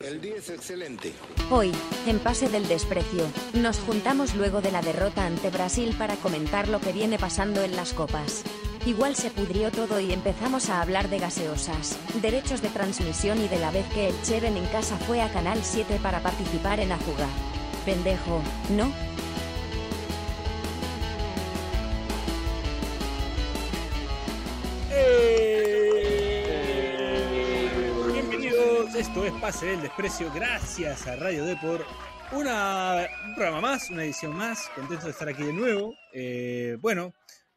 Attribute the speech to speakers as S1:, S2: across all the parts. S1: El 10 excelente.
S2: Hoy, en Pase del Desprecio, nos juntamos luego de la derrota ante Brasil para comentar lo que viene pasando en las copas. Igual se pudrió todo y empezamos a hablar de gaseosas, derechos de transmisión y de la vez que el Cheven en casa fue a Canal 7 para participar en Ajuga. Pendejo, ¿no?
S3: Eh, Bienvenidos, esto es Pase del Desprecio, gracias a Radio Depor. Una, un programa más, una edición más, contento de estar aquí de nuevo. Eh, bueno,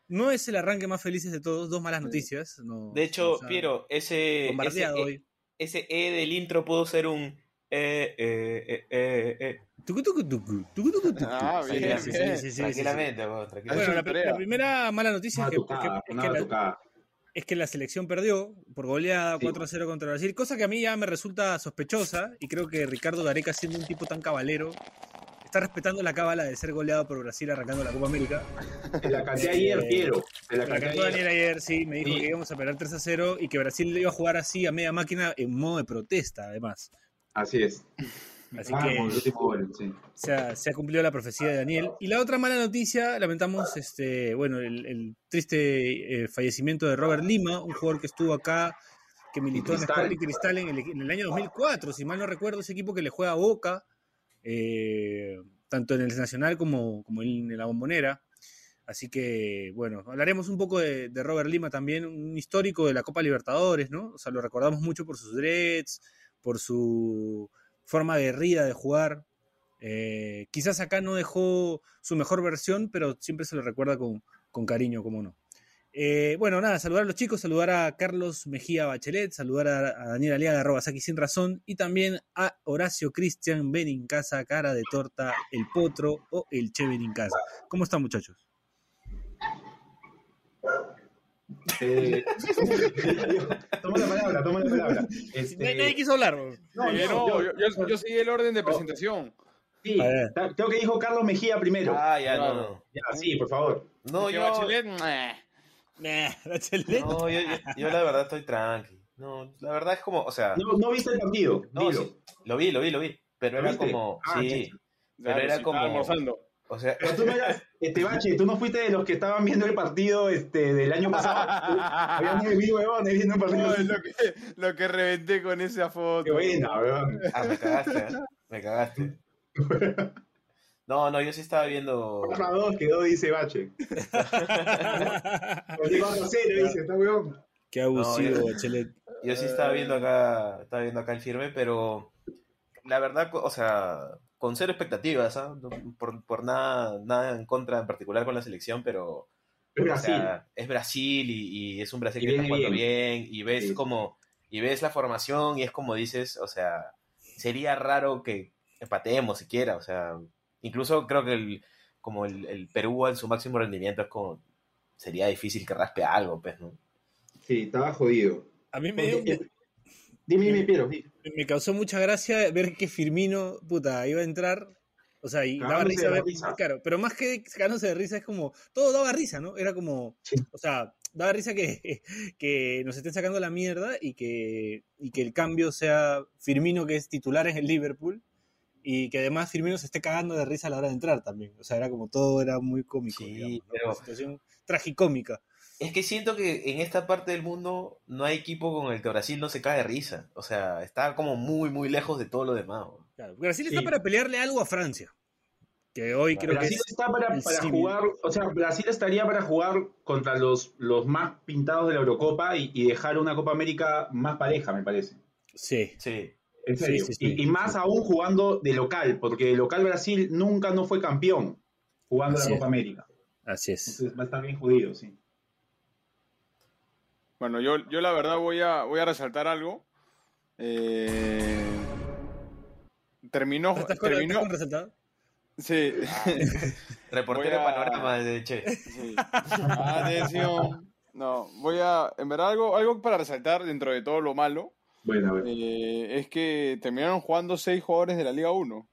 S3: no es el arranque más feliz de todos, dos malas noticias. no-
S4: De hecho,
S3: nos han
S4: Piero, ese, ese,
S3: bombardeado
S4: e,
S3: hoy.
S4: ese E del intro pudo ser un... Eh, eh, eh, eh, eh.
S3: Tucu, tucu, tucu, tucu, tucu, tucu.
S5: Ah,
S3: Sí,
S5: bien,
S3: sí, sí,
S5: bien.
S3: sí, sí, sí, sí.
S4: tranquilamente, vos,
S6: Ah,
S4: tranquilamente.
S3: Bueno, la,
S5: Tarea.
S3: la primera mala noticia es
S6: Nada
S3: que,
S6: tocada,
S3: que- es que
S6: nada
S3: la-
S6: tocada.
S3: es que la selección perdió por goleada
S6: Sí.
S3: 4-0 contra Brasil, cosa que a mí ya me resulta sospechosa y creo que Ricardo Gareca siendo un tipo tan cabalero está respetando la cábala de ser goleado por Brasil arrancando la Copa América.
S6: Te la canté ayer, Piero. Te la
S3: La
S6: canté
S3: cantó Daniel
S6: ayer.
S3: ayer, sí, me dijo
S6: Sí.
S3: que íbamos a perder 3-0 y que Brasil iba a jugar así a media máquina en modo de protesta, además.
S6: Así es.
S3: Así que
S6: Vamos, el último gol, sí.
S3: se ha, se ha cumplido la profecía de Daniel. Y la otra mala noticia, lamentamos este, bueno, el, el triste eh, fallecimiento de Robert Lima, un jugador que estuvo acá, que militó
S6: Y
S3: en
S6: Cristal.
S3: Sporting Cristal en el, en el año 2004, si mal no recuerdo, ese equipo que le juega a Boca, eh, tanto en el Nacional como, como en la Bombonera. Así que, bueno, hablaremos un poco de, de Robert Lima también, un histórico de la Copa Libertadores, ¿no? O sea, lo recordamos mucho por sus dreads, por su forma aguerrida de jugar. Eh, quizás acá no dejó su mejor versión, pero siempre se lo recuerda con, con cariño, como no. Eh, bueno, nada, saludar a los chicos, saludar a Carlos Mejía Bachelet, saludar a, a Daniel Aliaga, arroba Saki Sin Razón, y también a Horacio Cristian Benincasa, Cara de Torta, El Potro o El Che Benincasa. ¿Cómo están, muchachos?
S6: Eh, toma la palabra, toma la palabra. Este,
S3: Nadie quiso hablar.
S6: no,
S5: Eh,
S6: no,
S5: no,
S6: yo-
S5: yo, yo- yo seguí el orden de presentación.
S6: sí,
S3: A ver.
S6: ta- creo que dijo Carlos Mejía primero.
S4: Ah, ya, no,
S5: Claro.
S4: no.
S6: Ya, sí, por favor.
S4: No,
S5: Que
S4: yo,
S5: Bachelet, meh.
S3: Bachelet.
S4: no yo, yo, yo la verdad estoy tranqui. No, la verdad es como, o sea,
S6: No, no viste el partido.
S4: no,
S6: dilo.
S4: sí, lo vi, lo vi, lo vi. Pero
S6: ¿Lo
S4: era
S6: viste?
S4: como,
S6: Ah,
S4: sí,
S6: chucha.
S4: pero era
S5: pues, sí,
S4: como,
S5: estaba almorzando.
S4: o sea,
S6: Pero tú no eras, este bache, tú no fuiste de los que estaban viendo el partido este, del año pasado. Habían mil huevones viendo un partido.
S5: Ay, lo, que, lo que reventé con esa
S6: Qué
S5: foto.
S6: buena, weón.
S4: ah, me cagaste, ¿eh? me cagaste. No, no, yo sí estaba viendo...
S6: 4 a 2 quedó, dice Bache. Porque 4 a 0, dice, está weón.
S3: Qué abusivo,
S4: No, eh.
S3: Bachelet.
S4: Yo sí estaba
S6: Eh.
S4: viendo acá, estaba viendo acá el firme, pero la verdad, o sea, con cero expectativas, ¿ah? No, por, por nada, nada en contra en particular con la selección, pero
S6: Es
S4: o
S6: Brasil.
S4: sea, es Brasil y, y es un Brasil
S6: Y
S4: que está
S6: viene
S4: jugando bien, y ves
S6: Sí.
S4: como, y ves la formación, y es como dices, o sea, sería raro que pateemos siquiera, o sea, incluso creo que el, como el, el Perú en su máximo rendimiento es como sería difícil que raspe algo, pues, ¿no?
S6: Sí, estaba jodido.
S3: A mí me dio,
S6: Porque- Dime, dime, Piero. di.
S3: me causó mucha gracia ver que Firmino, puta, iba a entrar. O sea, y daba
S6: Cagándose
S3: risa,
S6: de
S3: ver-
S6: risa.
S3: Claro, pero más que cagándose de risa, es como. Todo daba risa, ¿no? Era como.
S6: Sí.
S3: O sea, daba risa que, que nos estén sacando la mierda y que, y que el cambio sea Firmino, que es titular en el Liverpool. Y que además Firmino se esté cagando de risa a la hora de entrar también. O sea, era como todo era muy cómico.
S4: Sí,
S3: digamos, ¿no?
S4: pero-
S3: Una situación tragicómica.
S4: Es que siento que en esta parte del mundo no hay equipo con el que Brasil no se cae de risa. O sea, está como muy, muy lejos de todo lo demás. ¿no?
S3: Claro, Brasil está
S6: Sí.
S3: para pelearle algo a Francia. Que hoy creo que
S6: Brasil
S3: es-
S6: está para,
S3: el
S6: para
S3: símil.
S6: jugar, o sea, Brasil estaría para jugar contra los, los más pintados de la Eurocopa y, y dejar una Copa América más pareja, me parece.
S3: Sí.
S4: Sí.
S6: En
S3: Sí,
S6: serio.
S3: sí, sí.
S6: y, y más aún jugando de local, porque de local Brasil nunca no fue campeón jugando
S3: Así
S6: la
S3: es.
S6: Copa América.
S3: Así es.
S6: Entonces va a estar bien jodido, sí.
S5: Bueno, yo, yo la verdad voy a, voy a resaltar algo. Eh, terminó.
S3: ¿Estás con,
S5: terminó
S3: estás con resultado?
S5: sí.
S4: Ah, Reportero
S5: Voy a-
S4: panorama de Che.
S5: Sí. Atención. No, voy a. En verdad, algo, algo para resaltar dentro de todo lo malo
S6: Bueno, a ver.
S5: eh, es que terminaron jugando seis jugadores de la Liga 1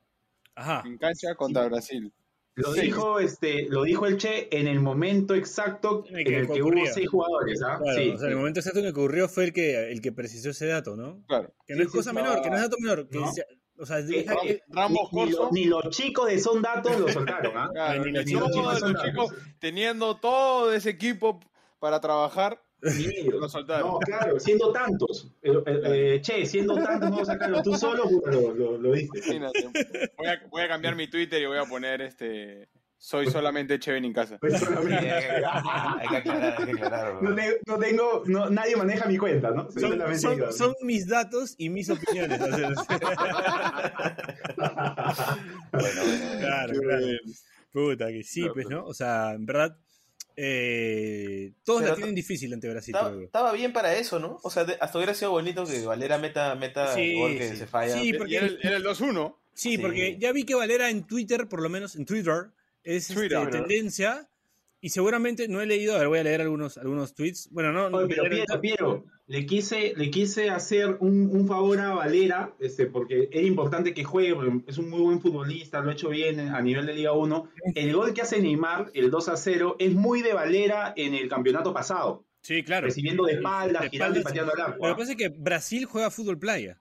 S3: Ajá.
S5: en cancha contra Brasil.
S6: Lo
S5: Sí.
S6: dijo este, lo dijo el Che en el momento exacto
S3: En
S6: en
S3: el
S6: el
S3: que
S6: que, hubo
S3: ocurría.
S6: seis jugadores, ¿ah?
S3: Claro,
S6: sí.
S3: o sea, el momento exacto en que ocurrió fue el que, el que precisó ese dato, ¿no?
S5: Claro.
S3: Que no
S6: Sí,
S3: es
S6: sí,
S3: cosa
S6: sí.
S3: menor, que no es dato menor. Que
S6: No.
S3: sea- o sea,
S6: Sí,
S3: deja
S6: no.
S3: que-
S5: Ramos
S6: Eh, ni, ni lo-
S5: Corso.
S6: ni los chicos de Son Datos lo soltaron, ¿ah?
S5: Claro,
S3: ni
S5: ni
S3: los
S5: todos
S3: chicos.
S5: los
S6: Ni los
S5: chicos teniendo todo ese equipo para trabajar,
S6: Ni ellos.
S5: lo soltaron.
S6: No, claro, siendo tantos. Eh, eh, eh, che, siendo tantos, no lo sacaron. Tú solo puta, lo, lo, lo diste.
S5: Imagínate. Voy a, voy a cambiar mi Twitter y voy a poner este. Soy solamente Cheven en casa.
S6: Pues
S4: Sí, eh, ah. hay, que,
S6: solamente-
S4: hay que aclarar, hay que aclarar.
S6: No,
S4: bro.
S6: te- no tengo, no, nadie maneja mi cuenta, ¿no? Soy
S3: son,
S6: solamente yo.
S3: son, son mis datos y mis opiniones. o sea,
S4: Bueno, bueno.
S3: claro,
S5: Qué
S3: claro.
S5: bien.
S3: Puta, que sí,
S5: Claro,
S3: pues,
S5: claro.
S3: ¿no? O sea, en verdad, eh, todos
S4: Pero
S3: la
S4: ta-
S3: tienen difícil ante Brasil,
S4: Estaba,
S3: creo.
S4: estaba bien para eso, ¿no? O sea, de- hasta hubiera sido bonito que Valera meta, meta
S3: Sí,
S4: el gol que
S3: sí.
S4: se falla.
S3: Sí,
S5: Y era el, era el 2-1.
S3: Sí,
S4: Sí.
S3: porque ya vi que Valera en Twitter, por lo menos en Twitter, es este,
S5: Twitter.
S3: tendencia. Y seguramente no he leído, a ver, voy a leer algunos, algunos tweets. Bueno, no, no
S6: Oye, pero
S3: leer el
S6: Piero,
S3: top.
S6: Piero, le quise, le quise hacer un, un favor a Valera, este, porque era importante que juegue, porque es un muy buen futbolista, lo ha hecho bien a nivel de Liga 1. El gol que hace Neymar, el 2 a 0, es muy de Valera en el campeonato pasado,
S3: Sí, claro.
S6: recibiendo de espaldas,
S3: De
S6: girando y
S3: espaldas.
S6: pateando al arco.
S3: Lo que
S6: ¿ah?
S3: pasa es que Brasil juega fútbol playa.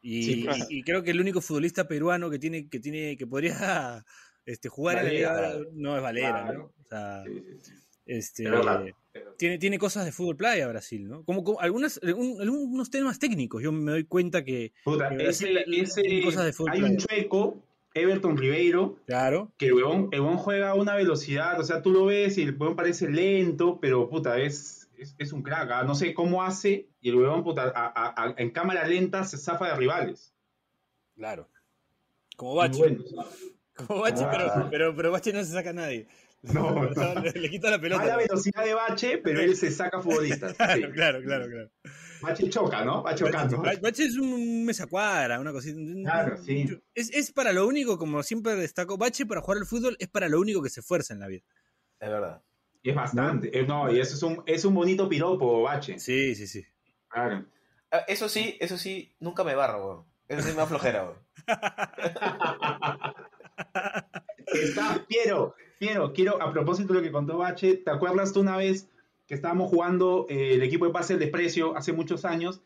S3: Y,
S6: Sí,
S5: claro.
S3: y- y creo que el único futbolista peruano que tiene, que tiene, que podría este, jugar en la Liga
S6: Valera.
S3: ahora no es Valera,
S6: Claro.
S3: ¿no? O sea,
S6: Sí, sí, sí.
S3: este,
S6: Es verdad. Es verdad.
S3: tiene, tiene cosas de fútbol playa Brasil, ¿no? Como, como algunas, algún- algunos temas técnicos. Yo me doy cuenta que,
S6: Puta,
S3: Pero
S6: ese,
S3: Brasil
S6: ese-
S3: tiene cosas de fútbol
S6: hay
S3: playa.
S6: un chueco, Everton Ribeiro,
S3: claro,
S6: que el huevón, el huevón juega a una velocidad, o sea, tú lo ves y el huevón parece lento, pero puta, es, es, es un crack, ¿ah? no sé cómo hace, y el huevón, puta, a- a- a- en cámara lenta se zafa de rivales.
S3: claro. Como
S6: Muy
S3: Bachi.
S6: bueno.
S3: Como Bachi,
S4: Ah.
S3: pero, pero, pero Bachi no se saca a nadie.
S6: No, Ah, no.
S3: Le, le quita la
S6: A
S3: pelota.
S6: la velocidad de Bache, pero él se saca futbolista.
S3: Claro, claro, claro. claro.
S6: Bache choca, ¿no? Va chocando.
S3: Ba- Bache es un mesa cuadra, una cosita. un-
S6: Claro,
S3: un-
S6: sí.
S3: Es, es para lo único, como siempre destaco, Bache para jugar al fútbol es para lo único que se esfuerza en la vida.
S4: Es verdad.
S6: Es bastante. Eh, No, y eso es un, es un bonito piropo, Bache.
S3: Sí, sí, sí.
S6: Claro.
S4: Ah, Eso sí, eso sí, nunca me barro, bro. Eso sí me da flojera, bro.
S6: Está, Piero, Piero, quiero, a propósito de lo que contó Bache, ¿te acuerdas tú una vez que estábamos jugando eh, el equipo de pase del desprecio hace muchos años?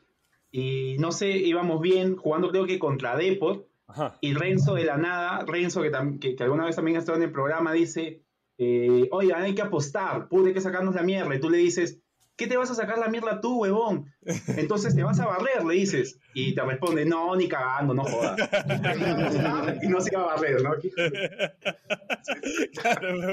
S6: Y no sé, íbamos bien, jugando creo que contra Depot,
S3: Ajá.
S6: y Renzo de la nada, Renzo que, tam- que- que alguna vez también ha estado en el programa, dice, eh, oigan, hay que apostar, pude que sacarnos la mierda, y tú le dices, ¿qué te vas a sacar la mierda tú, huevón? Entonces te vas a barrer, le dices, y te responde, no, ni cagando, no jodas. y no se iba a barrer, ¿no?
S3: Claro, no,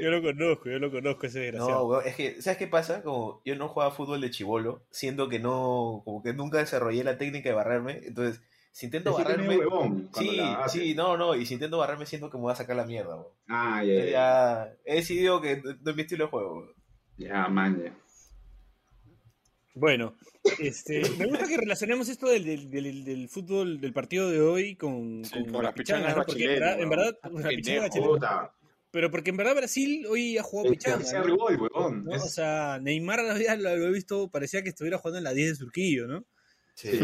S3: yo lo conozco, yo lo conozco, ese
S4: No,
S3: desgraciado.
S4: weón, es que, ¿sabes qué pasa? Como yo no jugaba fútbol de chivolo, siendo que no, como que nunca desarrollé la técnica de barrerme, entonces, si intento
S6: Decirte medio
S4: barrerme,
S6: huevón cuando
S4: sí,
S6: la haces.
S4: sí, no, no, y si intento barrerme siento que me voy a sacar la mierda, weón.
S6: Ah,
S4: Yo
S6: ya, ya,
S4: ya he decidido que no no es mi estilo de juego, weón.
S6: ya, man, ya.
S3: Bueno, este, me gusta que relacionemos esto del, del, del- del fútbol, del partido de hoy con,
S5: Sí,
S3: con
S5: con las
S3: pichangas,
S5: pichangas
S3: ¿no? Porque en
S5: bachileras,
S3: verdad, en
S5: weón.
S3: verdad, una
S5: Pendejo.
S3: pichanga bachilera.
S6: Puta, Este,
S3: pero porque en verdad Brasil hoy ha jugado
S6: el
S3: pichanga.
S6: tercer
S3: ¿no?
S6: gol, huevón.
S3: ¿no?
S6: Es-
S3: O sea, Neymar la verdad, lo, lo he visto, parecía que estuviera jugando en la 10 de Surquillo, ¿no?
S4: Sí.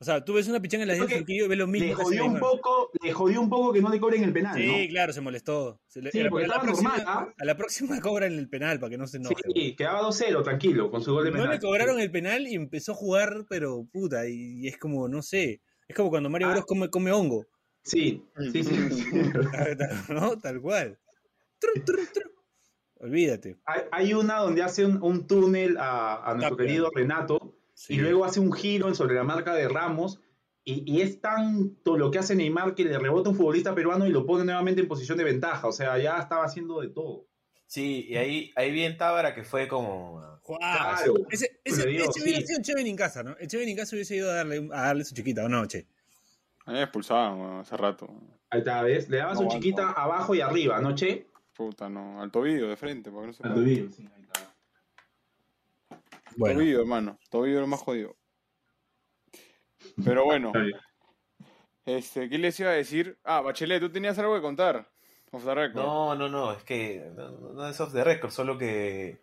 S3: O sea, tú ves una pichanga en la
S6: Creo
S3: 10 de
S6: que
S3: Surquillo y ves lo mismo. que
S6: le
S3: hace
S6: jodió un
S3: Neymar.
S6: poco, le jodió un poco que no le cobren el penal,
S3: Sí,
S6: ¿no?
S3: claro, se molestó. Se le-
S6: Sí,
S3: a la-
S6: porque
S3: a, la
S6: estaba
S3: próxima,
S6: normal, ¿ah?
S3: a la próxima cobran el penal para que no se enoje.
S6: Sí, quedaba 2-0, tranquilo, con su gol de
S3: No
S6: penal.
S3: le cobraron el penal y empezó a jugar, pero puta, y, y es como, no sé, es como cuando Mario
S6: Ah.
S3: Bros come, come hongo,
S6: Sí, sí, sí.
S3: Mm.
S6: sí.
S3: ¿no? Tal cual. Tru, tru, tru. Olvídate.
S6: Hay, hay una donde hace un, un túnel a, a nuestro
S3: Tapia.
S6: querido Renato
S3: Sí.
S6: y luego hace un giro en- sobre la marca de Ramos. Y, y es tanto lo que hace Neymar que le rebota un futbolista peruano y lo pone nuevamente en posición de ventaja. O sea, ya estaba haciendo de todo.
S4: Sí, y ahí, ahí vi en Tábara que fue como.
S3: Juá,
S6: Claro.
S3: Ese, ese,
S6: Le digo,
S3: ese hubiera
S6: sí.
S3: sido Cheven en casa, ¿no? El Cheven en casa hubiese ido a darle, un- a darle su chiquita, ¿o no, Che?
S5: A mí me expulsaban weón, hace rato.
S6: Ahí está, ¿ves? Le daba
S5: No
S6: su
S5: aguanto.
S6: chiquita abajo y arriba, ¿no, Che?
S5: Puta, no. Al tobillo de frente, porque no se
S6: Al
S5: puede.
S6: tobillo, sí, ahí está.
S3: Bueno,
S5: Tobillo, hermano. Tobillo es lo más jodido. Pero bueno, este, ¿qué les iba a decir? Ah, Bachelet, tú tenías algo que contar. Off the record.
S4: No, no, no, es que no, no es off the record, solo que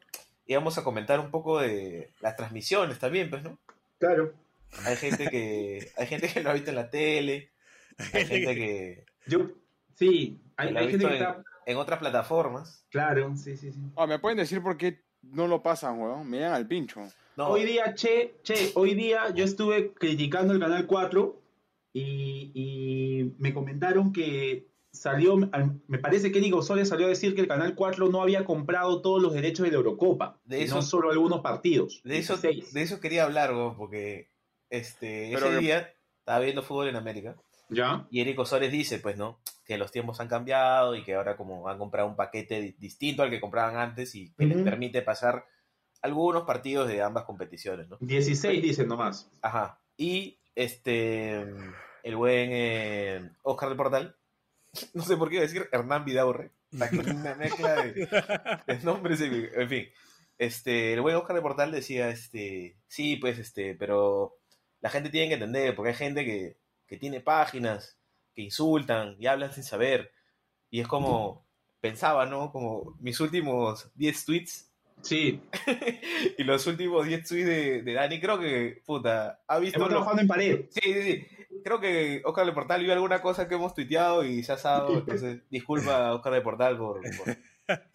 S4: íbamos a comentar un poco de las transmisiones también, pues, ¿no?
S6: Claro.
S4: Hay gente que, hay gente que lo ha visto en la tele, hay gente que.
S6: Yo, sí, Hay,
S4: Lo he
S6: hay gente
S4: visto
S6: que
S4: en-
S6: está.
S4: En otras plataformas.
S6: Claro, sí, sí, sí.
S5: Ah, ¿Me pueden decir por qué no lo pasan, weón? Me llegan al pincho.
S4: No,
S6: Hoy día, che, che, hoy día yo estuve criticando el Canal 4 y, y me comentaron que salió, al- me parece que Nico Soles salió a decir que el Canal 4 no había comprado todos los derechos de la Eurocopa,
S4: De
S6: y
S4: eso-
S6: no solo algunos partidos.
S4: de, eso,
S6: 16.
S4: de eso quería hablar, weón, porque este,
S5: Pero
S4: ese
S5: que-
S4: día estaba viendo fútbol en América.
S6: ¿Ya?
S4: Y Eric Osores dice, pues, ¿no? Que los tiempos han cambiado y que ahora como han comprado un paquete di- distinto al que compraban antes y que les
S6: Ujú.
S4: permite pasar algunos partidos de ambas competiciones, ¿no?
S6: 16 dicen nomás.
S4: Ajá. Y este el buen eh, Oscar del Portal, no sé por qué iba a decir Hernán Vidaurre, la- una mezcla de, de nombres, en en fin. Este, el buen Oscar del Portal decía, este, sí, pues, este, pero la gente tiene que entender, porque hay gente que, que tiene páginas, que insultan y hablan sin saber. Y es como, pensaba, ¿no? Como mis últimos 10 tweets
S6: Sí,
S4: y los últimos 10 tweets de, de Dani, creo que, puta, ha visto.
S6: hemos
S4: lo-
S6: trabajado en pared.
S4: Sí, sí, sí. Creo que Oscar de Portal vio alguna cosa que hemos tuiteado y se ha asado. Entonces, disculpa, Oscar de Portal, por, por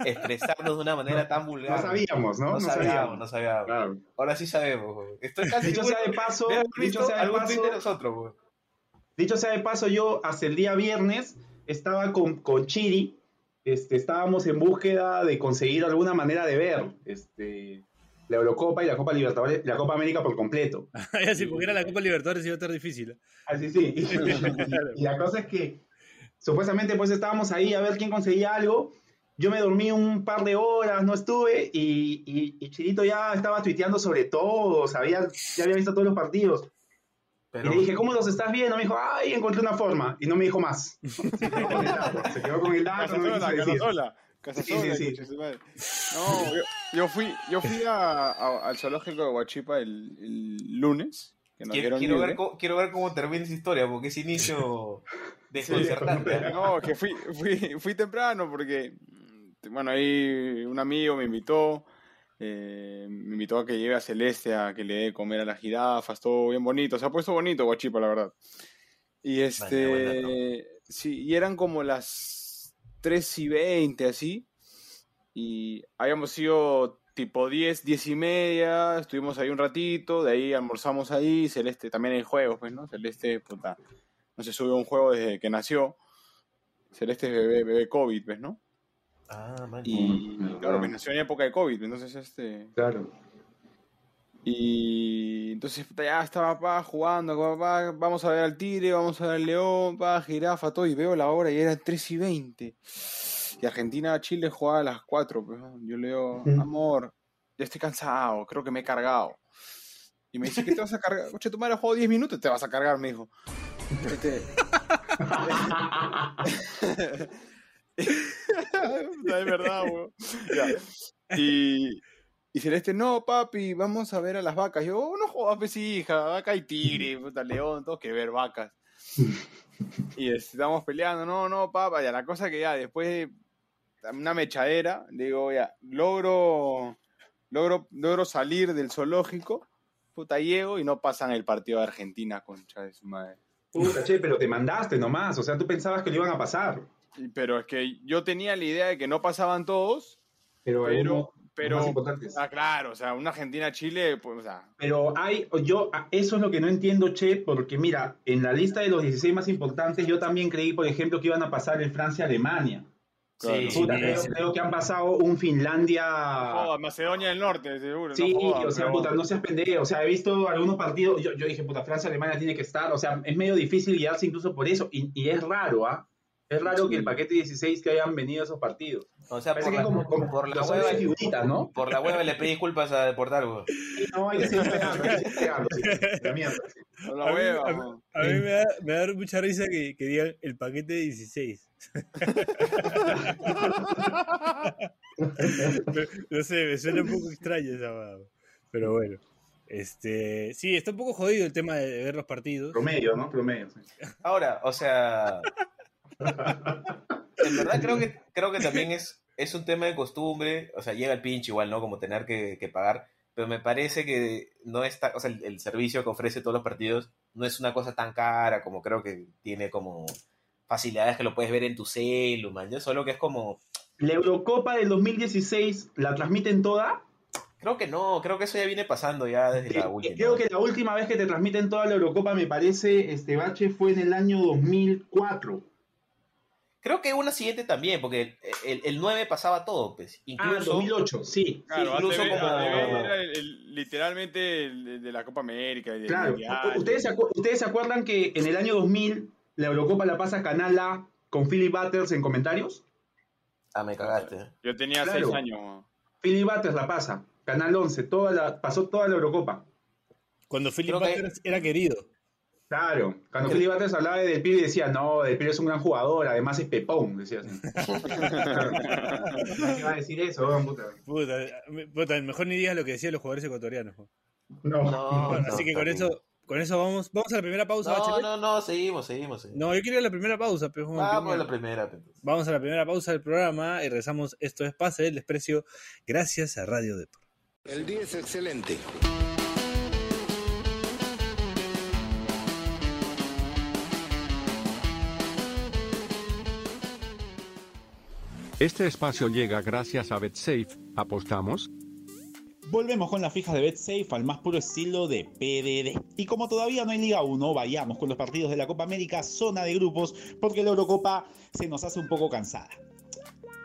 S4: expresarnos de una manera tan vulgar.
S6: No sabíamos, ¿no?
S4: No, sabíamos, no sabíamos.
S6: Claro.
S4: Ahora sí sabemos. güey. Estoy casi
S6: Dicho
S4: seguro
S6: sea de paso,
S4: de haber
S6: dicho
S4: visto
S6: sea de
S4: algún
S6: paso-
S4: tuit de nosotros, güey.
S6: Dicho sea de paso, yo hasta el día viernes estaba con, con Chiri, este, estábamos en búsqueda de conseguir alguna manera de ver este, la Eurocopa y la Copa Libertadores, la Copa América por completo.
S3: Ya si pudiera la Copa Libertadores iba a estar difícil.
S6: Así sí. Y, y la cosa es que supuestamente pues estábamos ahí a ver quién conseguía algo. Yo me dormí un par de horas, no estuve, y, y- y Chirito ya estaba tuiteando sobre todo, sabía, ya había visto todos los partidos.
S4: Pero,
S6: Y le dije, ¿cómo los estás viendo? Me dijo, ay, encontré una forma. Y no me dijo más. Se quedó con el dato. Se quedó con el dato. Ah, No me quiso
S5: Casasola,
S6: decir.
S5: Casasola. Casasola,
S6: Sí, sí, sí.
S5: coche su madre. No, yo, yo fui, yo fui a- a- al zoológico de Huachipa el, el lunes. Que nos
S4: quiero,
S5: dieron
S4: quiero ver
S5: libre.
S4: cómo, quiero ver cómo termina esa historia, porque es inicio desconcertante. ¿eh?
S5: No, que fui, fui, fui temprano porque, mm, bueno, ahí un amigo me invitó, eh, me invitó a que lleve a Celeste, a que le dé de comer a las jirafas, todo bien bonito, se ha puesto bonito Guachipa, la verdad. Y
S4: Vaya, buen dato.
S5: este, sí, y eran como las 3 y 20 así, y habíamos sido tipo 10, 10 y media, estuvimos ahí un ratito, de ahí almorzamos ahí, Celeste, también hay juegos, pues, ¿no? Celeste, puta, no se sube a un juego desde que nació. Celeste es bebé, bebé COVID, ¿ves, no?
S4: Ah, man.
S5: Y
S6: Mm,
S5: claro,
S6: claro.
S5: pues nació en época de COVID, entonces este...
S6: Claro.
S5: Y entonces puta, ya estaba papá jugando, con papá, vamos a ver al tigre, vamos a ver al león, pa, jirafa, todo, y veo la hora y era 3 y 20. Y Argentina-Chile jugaba a las 4, pues, ¿no? yo le digo,
S6: Ujú.
S5: amor, ya estoy cansado, creo que me he cargado. Y me dice, ¿qué te vas a cargar? Oye, tu madre jugó 10 minutos, te vas a cargar, me dijo. Este, Puta, es verdad, weón. Ya. Y, y Celeste, no, papi, vamos a ver a las vacas. Yo, no jodas, pues, hija, vaca y tigre, puta, león, todo que ver vacas. Y este, estamos peleando, no, no, papá, ya, la cosa que ya, después de una mechadera, digo, ya, logro, logro, logro salir del zoológico, puta, llego y no pasan el partido de Argentina, concha de su madre.
S6: Puta, che, pero te mandaste nomás. O sea, tú pensabas que lo iban a pasar.
S5: Y- Pero es que yo tenía la idea de que no pasaban todos,
S6: Pero,
S5: pero,
S6: pero,
S5: pero Ah, claro, o sea, una Argentina-Chile, pues, o sea,
S6: pero hay, yo, ah, eso es lo que no entiendo, che, porque mira, en la lista de los 16 más importantes, yo también creí, por ejemplo, que iban a pasar el Francia-Alemania.
S4: Sí,
S3: claro.
S6: Puta,
S3: Sí,
S6: creo,
S3: sí.
S6: creo que han pasado un Finlandia.
S5: joda, Macedonia del Norte, seguro.
S6: Ah. Sí,
S5: no joda,
S6: o sea,
S5: pero-
S6: puta, no seas pendejo. O sea, he visto algunos partidos. Yo, yo dije, puta, Francia, Alemania tiene que estar. O sea, es medio difícil guiarse incluso por eso. Y, y es raro, ¿ah? Es raro
S5: Sí.
S6: que el paquete 16 que hayan venido esos partidos.
S4: o sea,
S6: Parece
S4: por
S6: que
S4: la,
S6: como, como
S4: por la
S6: los son
S4: hueva.
S6: de figuritas, ¿no?
S4: Por la hueva le pedí disculpas a Deportal, güey.
S6: Sí, No, hay que seguir pegando, hay que seguir pegando, sí, la mierda. sí.
S5: No la
S3: A mí-
S5: hueva,
S3: a mí-
S5: man.
S3: A mí me da, me da mucha risa que, que digan el paquete de 16. Me- no sé, me suena un poco extraño esa huevada, Pero bueno. Este, sí, está un poco jodido el tema de ver los partidos.
S6: Promedio, ¿no? Promedio. sí.
S4: Ahora, o sea. En verdad creo que, creo que también es, es un tema de costumbre. O sea, llega el pinche igual, ¿no? Como tener que, que pagar. Pero me parece que no está. O sea, el, el servicio que ofrece todos los partidos no es una cosa tan cara como creo que tiene como facilidades que lo puedes ver en tu celu, man. Yo solo que es como.
S6: La Eurocopa del 2016 la transmiten toda.
S4: Creo que no, creo que eso ya viene pasando ya desde
S6: Eh,
S4: la última.
S6: Creo que la última vez que te transmiten toda la Eurocopa, me parece, este bache fue en el año 2004.
S4: Creo que una siguiente también, porque el, el 9 pasaba todo, pues.
S6: Ah,
S4: Incluso.
S6: 2008, sí.
S5: Claro,
S4: incluso
S5: ATV,
S4: como-
S5: ATV era el- el- literalmente el, el de la Copa América. y del
S6: Claro.
S5: Mundial.
S6: ¿Ustedes se, acu- ustedes se acuerdan que en el año 2000 la Eurocopa la pasa Canal A con Philip Butters en comentarios?
S4: Ah, me cagaste.
S5: Yo tenía
S6: Claro.
S5: seis años. weón.
S6: Philip Butters la pasa. Canal 11, toda la, pasó toda la Eurocopa.
S3: Cuando Philip
S4: Creo que-
S3: Butters era querido.
S6: Claro, cuando Philip Butters hablaba de Del Pibe decía, no, Del Pibe es un gran jugador, además es pepón, decía así. ¿Qué va a decir eso? weón, puta?
S3: Puta, me- puta, mejor ni digas lo que decían los jugadores ecuatorianos. po.
S6: No.
S4: No,
S3: Bueno, así
S4: no,
S3: que con
S4: terrible.
S3: eso, con eso vamos, vamos a la primera pausa,
S4: No,
S3: Bachelet.
S4: no, no, seguimos, seguimos. seguimos.
S3: No, yo quería la primera pausa, pero Juan,
S4: Vamos a
S3: primero.
S4: la primera. pues.
S3: Vamos a la primera pausa del programa y regresamos. Esto es Pase del Desprecio, gracias a Radio Depor.
S1: El día es excelente.
S7: Este espacio llega gracias a BetSafe. ¿Apostamos?
S8: Volvemos con las fijas de BetSafe al más puro estilo de PDD. Y como todavía no hay Liga 1, vayamos con los partidos de la Copa América, zona de grupos, porque la Eurocopa se nos hace un poco cansada.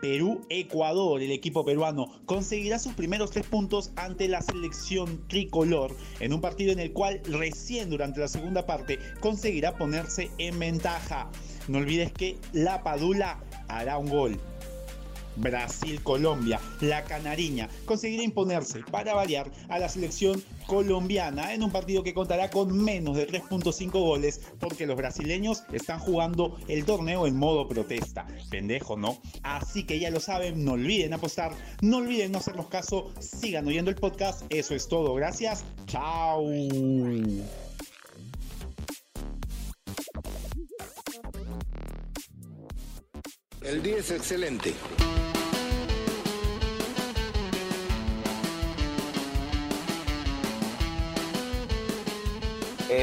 S8: Perú-Ecuador, el equipo peruano, conseguirá sus primeros tres puntos ante la selección tricolor, en un partido en el cual recién durante la segunda parte conseguirá ponerse en ventaja. No olvides que la Padula hará un gol. Brasil-Colombia, la canariña, conseguirá imponerse para variar a la selección colombiana en un partido que contará con menos de 3.5 goles porque los brasileños están jugando el torneo en modo protesta. Pendejo, ¿no? Así que ya lo saben, no olviden apostar, no olviden no hacernos caso, sigan oyendo el podcast, eso es todo, gracias, chao.
S1: El día es excelente.
S6: Eh,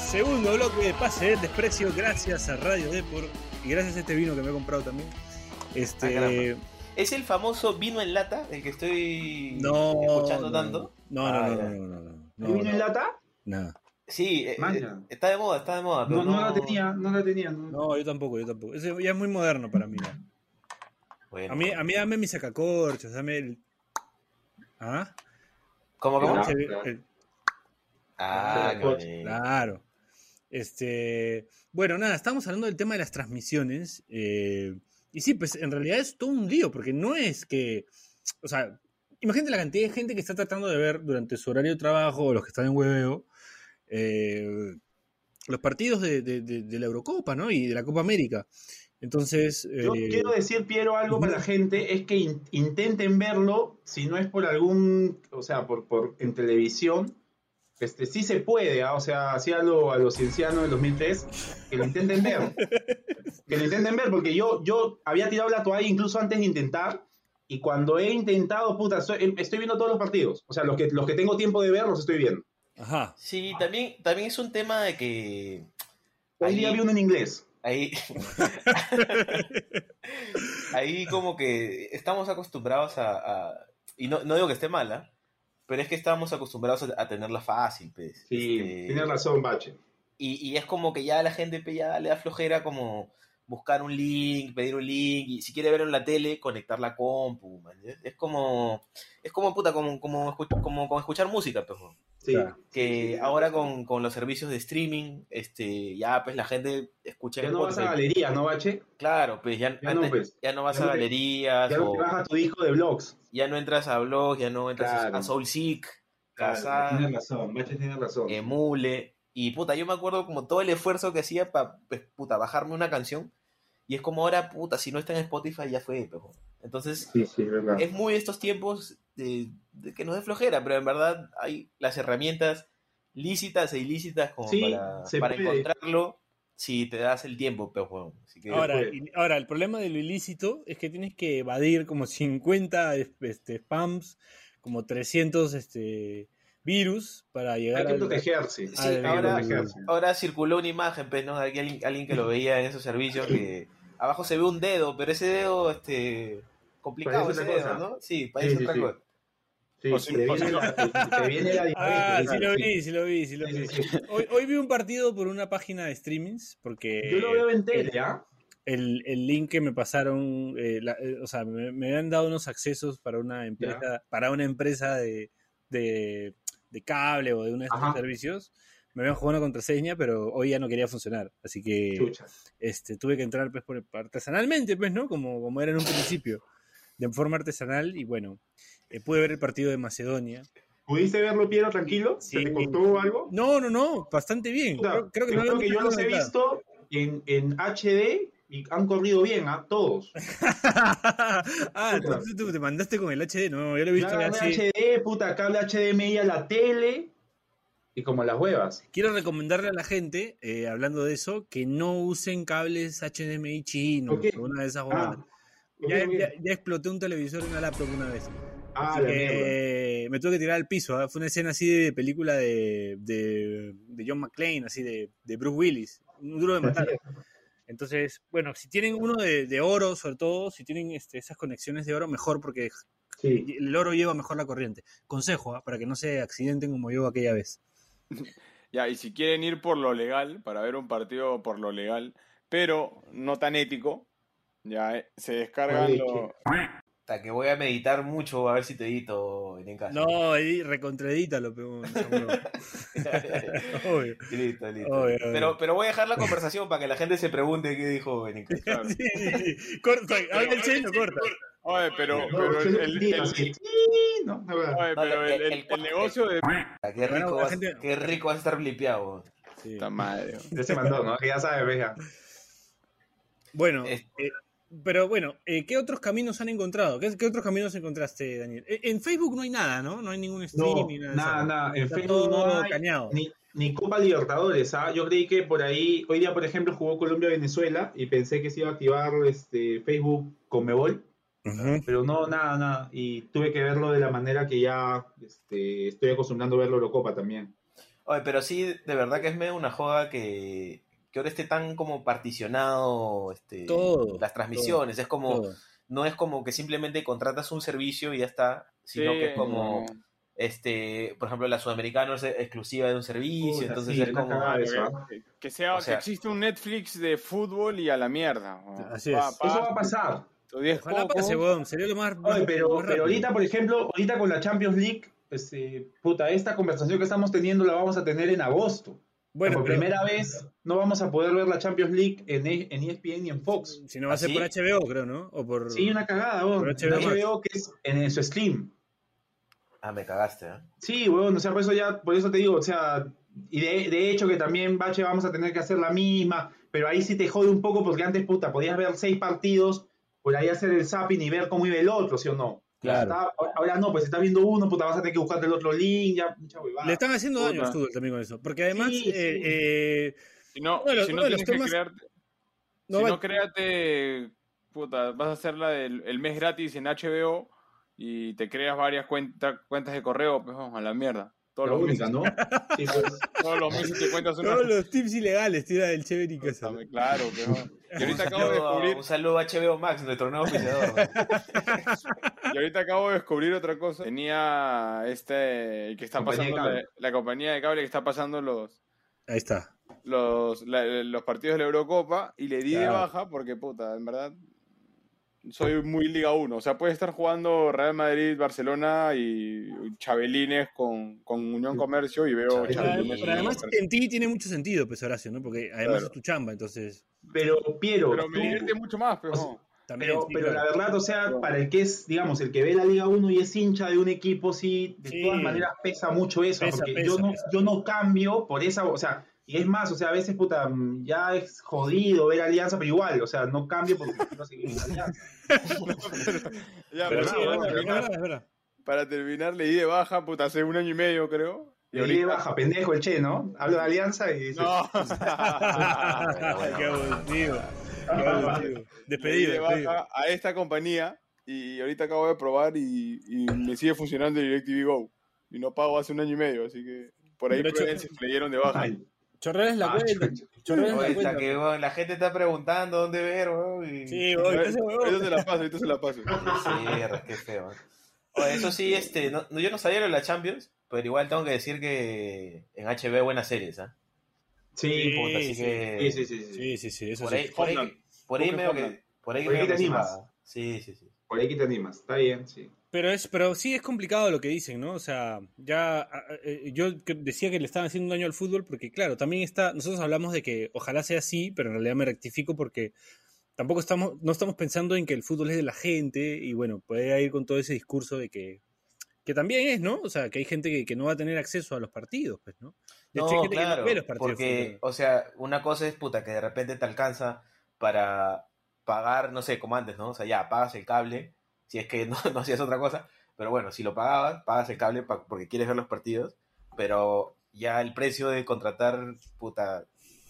S3: Segundo bloque de Pase del Desprecio, gracias a Radio Depor y gracias a este vino que me he comprado también.
S4: Ah,
S3: Este,
S4: caramba. ¿Es el famoso vino en lata el que estoy
S3: no,
S4: escuchando
S3: no,
S4: tanto?
S3: No,
S4: Ah,
S3: no,
S4: ya.
S3: no, no, no, no, no,
S6: ¿El vino en
S3: no,
S6: lata?
S3: nada.
S4: Sí, eh,
S6: Maña.
S4: eh, está de moda, está de moda.
S6: No,
S4: pero
S6: no la tenía, no la tenía. no.
S3: No, yo tampoco, yo tampoco. Ese ya es muy moderno para mí. ya.
S4: Bueno.
S3: A mí, a mí dame mis sacacorchos, dame el. ¿Ah?
S4: ¿Cómo, cómo?
S6: Ah,
S3: Ese-
S6: claro.
S3: el-
S4: Ah, qué bonito.
S3: Claro. Este, bueno, nada, estamos hablando del tema de las transmisiones. eh, y sí, pues en realidad es todo un lío, porque no es que. O sea, imagínate la cantidad de gente que está tratando de ver durante su horario de trabajo, o los que están en hueveo, eh, los partidos de, de- de- de la Eurocopa, ¿no? Y de la Copa América. Entonces.
S6: Yo
S3: eh,
S6: quiero decir, Piero, algo
S3: ujú.
S6: para la gente, es que in- intenten verlo, si no es por algún, o sea, por, por en televisión, este, sí se puede, ¿ah? o sea, hacía lo, a los ciencianos del 2003, que lo intenten ver, que lo intenten ver, porque yo, yo había tirado la toalla incluso antes de intentar, y cuando he intentado, puta, soy- em, estoy viendo todos los partidos, o sea, los que, los que tengo tiempo de ver, los estoy viendo.
S3: Ajá.
S4: Sí, también, también es un tema de que
S6: Hoy
S4: Ahí-
S6: día vi uno en inglés.
S4: ahí. ahí como que estamos acostumbrados a. a- y no, no digo que esté mala, pero es que estamos acostumbrados a, a tenerla fácil, pues.
S6: Sí,
S4: Este,
S6: tienes razón, Bache.
S4: y, y es como que ya a la gente pe, ya le da flojera como buscar un link, pedir un link, y si quiere verlo en la tele, conectar la compu, man, ¿sí? Es como, es como puta, como, como, escu- como, como escuchar música, pues, ¿no?
S6: Sí.
S3: Claro.
S4: que ahora con, con los servicios de streaming, este, ya pues la gente escucha
S6: Ya
S4: en
S6: no vas a
S4: Spotify.
S6: galerías, ¿no, Bache?
S4: Claro, pues ya,
S6: Ya no,
S4: antes-
S6: pues.
S4: ya no vas
S6: Ya
S4: a
S6: no te-
S4: galerías,
S6: Ya no
S4: o
S6: te bajas tu disco de blogs.
S4: ya no entras a blogs, ya no entras
S6: Claro.
S4: a SoulSeek,
S6: Claro,
S4: Kazaa.
S6: Tienes razón, Bache tiene razón.
S4: Em, emule. Y puta, yo me acuerdo como todo el esfuerzo que hacía para, puta, bajarme una canción. Y es como ahora, puta, si no está en Spotify ya fue. pejo. Entonces,
S6: sí, sí, es verdad.
S4: es muy estos tiempos de, de que nos dé flojera, pero en verdad hay las herramientas lícitas e ilícitas como
S6: Sí,
S4: para,
S6: se
S4: para
S6: puede.
S4: encontrarlo si te das el tiempo, pejo. Así que,
S3: Ahora,
S6: puede.
S3: y- ahora, el problema de lo ilícito es que tienes que evadir como 50 es- este, spams, como 300 este, virus para llegar
S6: Hay que
S3: al-
S6: protegerse.
S4: Sí,
S3: al-
S4: ahora-
S3: virus.
S4: Ahora circuló una imagen, pues, ¿no? Alguien, alguien que lo veía en esos servicios que abajo se ve un dedo, pero ese dedo, este. Complicado
S6: Parece
S4: ese
S6: otra
S4: dedo,
S6: cosa.
S4: ¿no? Sí, parece
S6: Sí, sí,
S4: otra
S6: sí.
S4: cosa.
S6: Sí,
S5: O si-
S6: te
S5: o
S6: viene
S5: si-
S6: la, te viene la
S3: Ah,
S6: diferencia,
S3: sí lo
S6: claro, sí.
S3: vi, sí lo vi, sí lo
S6: Sí,
S3: vi.
S6: sí, sí.
S3: Hoy, hoy vi un partido por una página de streamings porque
S6: Yo lo veo en tele, ¿ah?
S3: el, el link que me pasaron, eh, la- eh, o sea, me, me habían dado unos accesos para una empresa, para una empresa de, de, de cable o de uno de estos
S6: Ajá.
S3: servicios. Me habían jugado una contraseña, pero hoy ya no quería funcionar. Así que
S6: Chucha.
S3: este, tuve que entrar pues, por, artesanalmente, pues, ¿no? Como, como era en un principio, de forma artesanal. Y bueno, eh, pude ver el partido de Macedonia.
S6: ¿Pudiste verlo, Piero, tranquilo? ¿Se
S3: Sí.
S6: te costó algo?
S3: No, no, no, bastante bien.
S6: Puta,
S3: Creo, creo que, no
S6: creo
S3: había
S6: que yo
S3: mucho
S6: los he
S3: comentado.
S6: visto en, en HD y han corrido bien a todos.
S3: ah,
S6: Puta.
S3: entonces tú te mandaste con el HD, no, yo lo he visto
S6: Claro,
S3: ya así.
S6: HD, puta, cable HDMI a la tele y como las huevas.
S3: Quiero recomendarle a la gente, eh, hablando de eso, que no usen cables HDMI chinos,
S6: ¿Por qué?
S3: una de esas
S6: Ah,
S3: bobadas.
S6: ok,
S3: Oh. ya,
S6: ok.
S3: ya- ya exploté un televisor en una laptop una vez.
S6: Ah,
S3: Así
S6: la mierda.
S3: que me tuve que tirar al piso. ¿ah? Fue una escena así de película de, de, de John McClane, así de, de Bruce Willis. Un duro de matar. Entonces, bueno, si tienen uno de, de oro, sobre todo, si tienen este, esas conexiones de oro, mejor porque
S6: Sí.
S3: el oro lleva mejor la corriente. Consejo, ¿ah? para que no se accidenten como yo aquella vez.
S5: Ya, y si quieren ir por lo legal, para ver un partido por lo legal, pero no tan ético, ya eh, se descargan
S6: Oye,
S5: los.
S4: Hasta que voy a meditar mucho, a ver si te edito en casa.
S3: No, ahí recontredítalo, pero Obvio.
S4: Listo, listo.
S3: Obvio, obvio.
S4: Pero, pero voy a dejar la conversación para que la gente se pregunte qué dijo Benica.
S5: claro.
S3: Sí, sí, sí. Corta, habla el chino, corta.
S5: Oye, pero,
S6: No,
S5: pero
S6: sí,
S5: el, el-
S6: sí,
S5: el-
S6: sí, no, la verdad.
S5: oye,
S4: No,
S5: pero
S4: el-
S5: el- el-
S4: el-
S5: el negocio
S4: Qué
S5: de.
S3: Bueno,
S4: rico,
S3: la
S4: vas,
S3: gente-
S4: qué rico vas a estar blipeado.
S3: Sí.
S5: Puta madre.
S6: Ya se mandó, ¿no? Que ya sabes, veja.
S3: Bueno,
S4: Este-
S3: eh, pero bueno, eh, ¿qué otros caminos han encontrado? ¿Qué, qué otros caminos encontraste, Daniel? Eh, En Facebook no hay nada, ¿no? No hay ningún stream
S6: No,
S3: ni nada. de eso.
S6: nada, nada. En
S3: Está
S6: Facebook
S3: todo
S6: no hay
S3: cañado.
S6: ni, ni Copa Libertadores, ¿ah? Yo creí que por ahí, hoy día, por ejemplo, jugó Colombia-Venezuela y pensé que se iba a activar este, Facebook con Mebol,
S3: Ujú.
S6: pero no, nada, nada. Y tuve que verlo de la manera que ya este, estoy acostumbrando a ver la Eurocopa también.
S4: Oye, pero sí, de verdad que es medio una joda que, que ahora esté tan como particionado este,
S3: Todo,
S4: las transmisiones. es como,
S3: Todo.
S4: no es como que simplemente contratas un servicio y ya está, sino que es como,
S5: Sí,
S4: este, por ejemplo, la Sudamericana es exclusiva de un servicio,
S6: Puta,
S4: entonces
S6: sí,
S4: es
S6: una
S4: como,
S6: cagada
S5: que-
S6: eso,
S3: ¿eh?
S6: ¿ah?
S5: que, sea,
S4: O sea-
S5: que existe un Netflix de fútbol y a la mierda. ¿no?
S3: Así
S5: Pa-
S3: es.
S5: pa-
S6: Eso va a pasar.
S5: tu diez
S3: Ojalá
S5: cocos.
S3: pase, weón. Sería lo más.
S6: Oye,
S3: más- más
S6: pero, pero
S3: rápido.
S6: ahorita, por ejemplo, ahorita con la Champions League, pues, eh, puta, esta conversación que estamos teniendo la vamos a tener en agosto.
S3: Bueno,
S6: por
S3: pero
S6: primera vez no vamos a poder ver la Champions League en, E- en ESPN ni en Fox.
S3: Si no va a
S4: ¿Ah,
S3: ser
S4: sí?
S3: por HBO, creo, ¿no? O por.
S6: Sí, una cagada, weón.
S3: Pero HBO
S6: Yo
S3: Max.
S6: veo que es en, en su stream.
S4: ah, me cagaste, ¿eh?
S6: Sí, weón, o sea, por eso ya, por eso te digo, o sea, y de, de hecho que también, Bache, vamos a tener que hacer la misma, pero ahí sí te jode un poco porque antes, puta, podías ver seis partidos, por ahí hacer el zapping y ver cómo iba el otro, ¿sí o no?
S3: Claro.
S6: Está- ahora- ahora no, pues si estás viendo uno, puta, vas a tener que buscarte el otro link, ya, mucha huevada.
S3: Le están haciendo daño
S5: Puta.
S3: al fútbol también con eso. Porque además.
S6: Sí, sí.
S3: eh, eh,
S5: Si no,
S3: Uno de los-
S5: si
S3: uno
S5: no
S3: de los
S5: tienes
S3: temas-
S5: que crearte.
S3: no
S5: si
S3: va-
S5: no, créate. Puta, vas a hacer la del el mes gratis en HBO y te creas varias cuenta- cuentas de correo, pues vamos a la mierda. Todos
S6: la
S5: los, meses,
S6: única, ¿no? Sí, pues.
S5: todos los meses te cuentas una.
S3: Todos los tips ilegales tira del chévere y casa.
S5: Puta, Claro, pues, vamos. Y ahorita
S4: un,
S5: acabo
S4: saludo,
S5: de
S4: a-
S5: descubrir
S4: un saludo a HBO Max, nuestro nuevo oficiador.
S5: Y ahorita acabo de descubrir otra cosa. Tenía este que está
S6: Compañía de
S5: pasando la,
S6: cable.
S5: la compañía de cable que está pasando los
S3: Ahí está.
S5: los, la- los partidos de la Eurocopa y le di de
S3: Claro.
S5: baja porque puta, en verdad soy muy Liga 1, o sea, puede estar jugando Real Madrid, Barcelona y Chabelines con, con Unión Comercio y veo
S4: Pero
S3: Pero además,
S5: Chabelines.
S3: pero además
S5: Pero-
S3: en ti tiene mucho sentido, pues Horacio, ¿no? Porque además
S5: Claro.
S3: es tu chamba, entonces
S6: Pero, Piero,
S5: pero me
S6: tú-
S5: divierte mucho más,
S6: o
S5: pero
S6: sea,
S3: también.
S6: Pero,
S3: sí,
S6: pero
S3: claro.
S6: la verdad, o sea, para el que es, digamos, el que ve la Liga 1 y es hincha de un equipo, sí, de
S3: Sí.
S6: todas maneras pesa mucho eso,
S3: Pesa,
S6: porque
S3: pesa,
S6: yo, no,
S3: pesa.
S6: yo no cambio por esa, o sea, y es más, o sea, a veces, puta, mm, ya es jodido ver Alianza, pero igual, o sea, no cambio porque quiero seguir en Alianza. Pero
S5: Ya, pero
S3: Sí,
S6: no,
S3: es
S5: para,
S3: verdad, es
S6: pero
S5: terminar,
S3: verdad, es verdad.
S5: para terminar, le di de baja, puta, hace un año y medio creo.
S6: Y ahí de
S5: ahorita-
S6: baja, pendejo el che, ¿no? Hablo de Alianza y dices,
S5: No.
S4: Ah, bueno.
S3: Qué abusivo. Qué abusivo.
S5: pedí
S3: Despedido,
S5: de
S3: despedido.
S5: baja a esta compañía y ahorita acabo de probar y, y me sigue funcionando el DirecTV Go. Y no pago hace un año y medio, así que por ahí
S3: Pero,
S5: prueben si se le dieron de baja.
S6: Ay,
S3: Chorreras la
S6: ah,
S3: cuenta.
S6: chucha.
S3: Chorreras
S4: Oye,
S3: la
S4: está
S3: cuenta.
S4: que, weón, la gente está preguntando dónde ver, weón. y-
S3: Sí,
S5: A
S3: oye,
S5: ver,
S3: ese huevón.
S5: Ahorita se la paso, ahorita se la paso.
S4: Mierda, qué feo. Oye, eso sí, este, no, no, yo no sabía lo de la Champions, pero igual tengo que decir que en HBO buenas series, ¿ah?
S6: Sí,
S4: Puta,
S3: Sí,
S4: así
S3: sí.
S4: que
S6: sí, sí, sí, sí.
S3: Sí, sí, sí, eso
S4: por ahí,
S3: sí.
S4: por ahí,
S6: Homeland.
S4: por ahí
S6: Busquen
S4: medio
S6: Homeland.
S4: que, por ahí
S6: Por ahí
S4: medio
S6: te
S4: que se
S6: animas.
S4: paga. Sí, sí, sí.
S6: Por ahí que te animas. Está bien, sí.
S3: Pero, es, pero sí es complicado lo que dicen, ¿no? O sea, ya ah, eh, yo que- decía que le estaban haciendo un daño al fútbol porque, claro, también está, nosotros hablamos de que ojalá sea así, pero en realidad me rectifico porque tampoco estamos, no estamos pensando en que el fútbol es de la gente y bueno, puede ir con todo ese discurso de que, que también es, ¿no? O sea, que hay gente que, que no va a tener acceso a los partidos, pues, ¿no? De hecho, hay
S4: No,
S3: gente que no
S4: claro,
S3: ve los partidos de
S4: porque,
S3: fútbol.
S4: o sea, una cosa es puta que de repente te alcanza para pagar, no sé, como antes, ¿no? O sea, ya, pagas el cable, si es que no, no hacías otra cosa, pero bueno, si lo pagabas, pagas el cable pa- porque quieres ver los partidos, pero ya el precio de contratar, puta,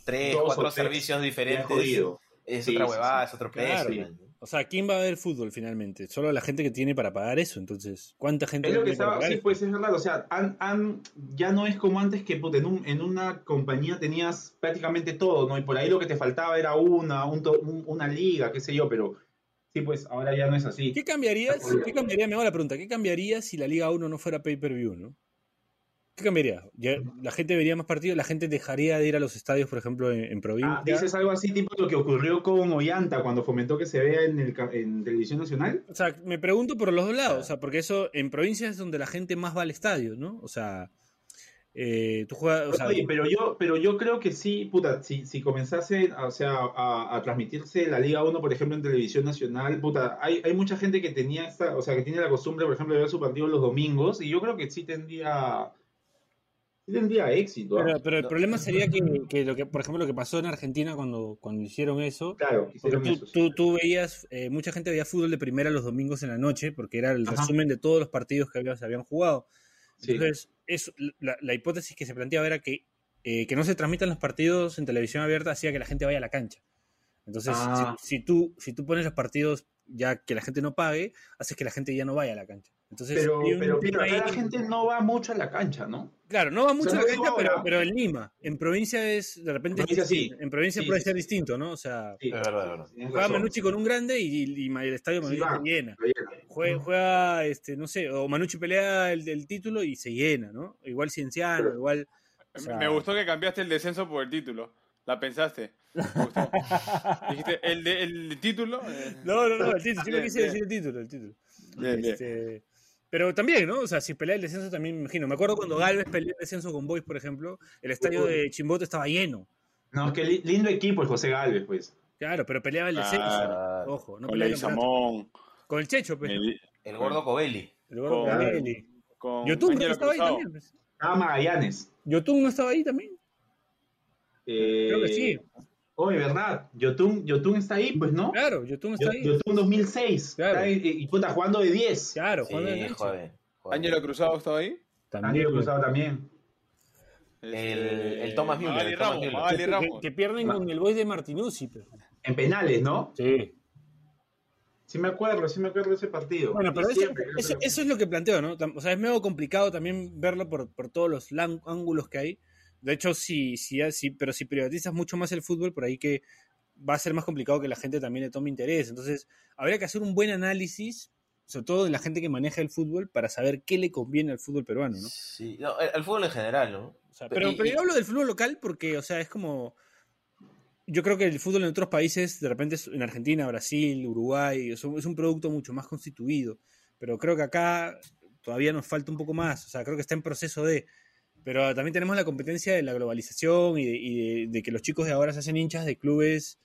S4: tres,
S6: Dos o
S4: cuatro
S6: tres,
S4: servicios diferentes
S6: jodido.
S4: es
S6: Sí,
S4: otra
S6: sí,
S4: huevada,
S6: sí.
S4: es otro
S3: Claro.
S4: precio. man.
S3: O sea, ¿quién va a ver fútbol finalmente? Solo la gente que tiene para pagar eso. Entonces, ¿cuánta gente
S6: Es lo que
S3: tiene para
S6: estaba,
S3: pagar
S6: sí,
S3: eso?
S6: pues es verdad, o sea, han, han- ya no es como antes que puta, en, un- en una compañía tenías prácticamente todo, ¿no? Y por ahí lo que te faltaba era una, un to- un- una liga, qué sé yo, pero sí, pues ahora ya no es así.
S3: ¿Qué cambiarías?
S6: Está jodido.
S3: ¿Qué cambiaría? Me hago la pregunta. ¿Qué cambiaría si la Liga 1 no fuera pay-per-view, no? ¿Qué cambiaría? Ya, la gente vería más partidos, la gente dejaría de ir a los estadios, por ejemplo, en, en provincia.
S6: Ah, ¿Dices algo así tipo lo que ocurrió con Ollanta cuando fomentó que se vea en, el, ca- en televisión nacional?
S3: O sea, me pregunto por los dos lados, o sea, porque eso en provincia es donde la gente más va al estadio, ¿no? O sea, eh, tú juegas, o sea,
S6: Oye, pero yo, pero yo creo que sí, puta, si, si comenzase o sea, a, a transmitirse la Liga 1, por ejemplo, en televisión nacional, puta, hay, hay mucha gente que tenía esta, o sea, que tiene la costumbre, por ejemplo, de ver su partido los domingos, y yo creo que sí tendría, sí tendría éxito. ¿ah?
S3: pero, pero el problema sería que, que lo que, por ejemplo, lo que pasó en Argentina cuando, cuando hicieron eso,
S6: claro,
S3: Porque
S6: hicieron
S3: tú,
S6: eso, sí.
S3: tú- tú veías, eh, mucha gente veía fútbol de primera los domingos en la noche, porque era el
S6: Ajá.
S3: resumen de todos los partidos que habían, se habían jugado.
S6: Sí.
S3: Entonces, eso- la, la hipótesis que se planteaba era que, eh, que no se transmitan los partidos en televisión abierta hacía que la gente vaya a la cancha. Entonces,
S6: Ah.
S3: si, si tú, si tú pones los partidos ya que la gente no pague, haces que la gente ya no vaya a la cancha. Entonces,
S6: Pero,
S3: hay un
S6: pero,
S3: tema
S6: pero acá
S3: ahí-
S6: la gente no va mucho a la cancha, ¿no?
S3: Claro, no va mucho
S6: O sea,
S3: a
S6: no
S3: la
S6: digo
S3: cancha, pero,
S6: ahora.
S3: pero en Lima. En provincia es, de repente, es
S6: Provincia sí.
S3: distinto. en provincia
S6: Sí,
S3: puede
S6: sí,
S3: ser
S6: sí.
S3: distinto, ¿no? O sea,
S6: Sí,
S4: Es verdad, es verdad.
S6: tienes
S3: Juega
S6: razón.
S3: Manucci con un grande y, y- y el estadio Manucci
S6: va.
S3: se llena.
S6: Oye,
S3: Juega, juega, este, no sé, o Manucci pelea el, el título y se llena, ¿no? Igual Cienciano,
S6: Pero-
S3: igual. o sea,
S5: Me gustó que cambiaste el descenso por el título. La pensaste. Me gustó. Dijiste, el, de- el título. eh,
S3: No, no, no, el título, siempre
S5: Bien,
S3: quise
S5: bien.
S3: decir el título, el título.
S5: bien, bien.
S3: Este, pero también, ¿no? O sea, si pelea el descenso también me imagino. Me acuerdo cuando Galvez peleó el descenso con Boys, por ejemplo, el estadio de Chimbote estaba lleno.
S6: No, es que li- lindo equipo el José Galvez, pues.
S3: Claro, pero peleaba el descenso.
S4: Claro.
S3: Ojo, no
S5: con
S3: peleaba
S5: Ley
S3: el campeonato.
S5: Samón,
S3: Con el Checho, pues, ¿no?
S5: el-
S4: El gordo Covelli.
S3: El gordo
S5: con-
S3: Cavalli.
S5: con
S3: Yotun creo que
S5: Ángelo
S3: estaba ahí
S5: Cruzado.
S3: también. pues.
S6: Ah, Magallanes.
S3: Yotun no estaba ahí también.
S6: Eh,
S3: Creo que sí. Ah,
S6: Oye, ¿verdad? Yotun, Yotun está ahí, pues, ¿no?
S3: Claro, Yotun está ahí.
S6: Yotun 2006.
S3: Claro.
S6: Está ahí, y, y puta, jugando de 10.
S3: Claro,
S4: Sí,
S3: jugando en la cancha.
S4: joven. joven.
S5: Ángelo Cruzado estaba ahí.
S6: También cruzado también.
S4: El-
S5: Este,
S4: el Thomas Müller,
S5: Magali
S4: el Thomas
S5: Ramos,
S4: Müller.
S5: Magali
S3: Que-
S5: Ramos.
S3: Que, pierden
S6: Ma-
S3: con el voice de Martinuzzi. pero-
S6: En penales, ¿no?
S3: Sí.
S6: Sí me acuerdo, sí me acuerdo de ese partido.
S3: Bueno, pero eso,
S6: Diciembre, creo que
S3: eso-
S6: lo-
S3: eso es lo que planteo, ¿no? Tam- O sea, es medio complicado también verlo por, por todos los lan- ángulos que hay. De hecho, si, si, si- pero si privatizas mucho más el fútbol, por ahí que va a ser más complicado que la gente también le tome interés. Entonces, habría que hacer un buen análisis, sobre todo de la gente que maneja el fútbol, para saber qué le conviene al fútbol peruano, ¿no?
S4: Sí, no, el, el fútbol en general, ¿no?
S3: O sea,
S4: Pero-
S3: pero,
S4: y-
S3: pero
S4: y-
S3: yo hablo del fútbol local porque, o sea, es como. Yo creo que el fútbol en otros países, de repente es- en Argentina, Brasil, Uruguay, es un, es un producto mucho más constituido. Pero creo que acá todavía nos falta un poco más. O sea, creo que está en proceso de. Pero también tenemos la competencia de la globalización y de, y de- de que los chicos de ahora se hacen hinchas de clubes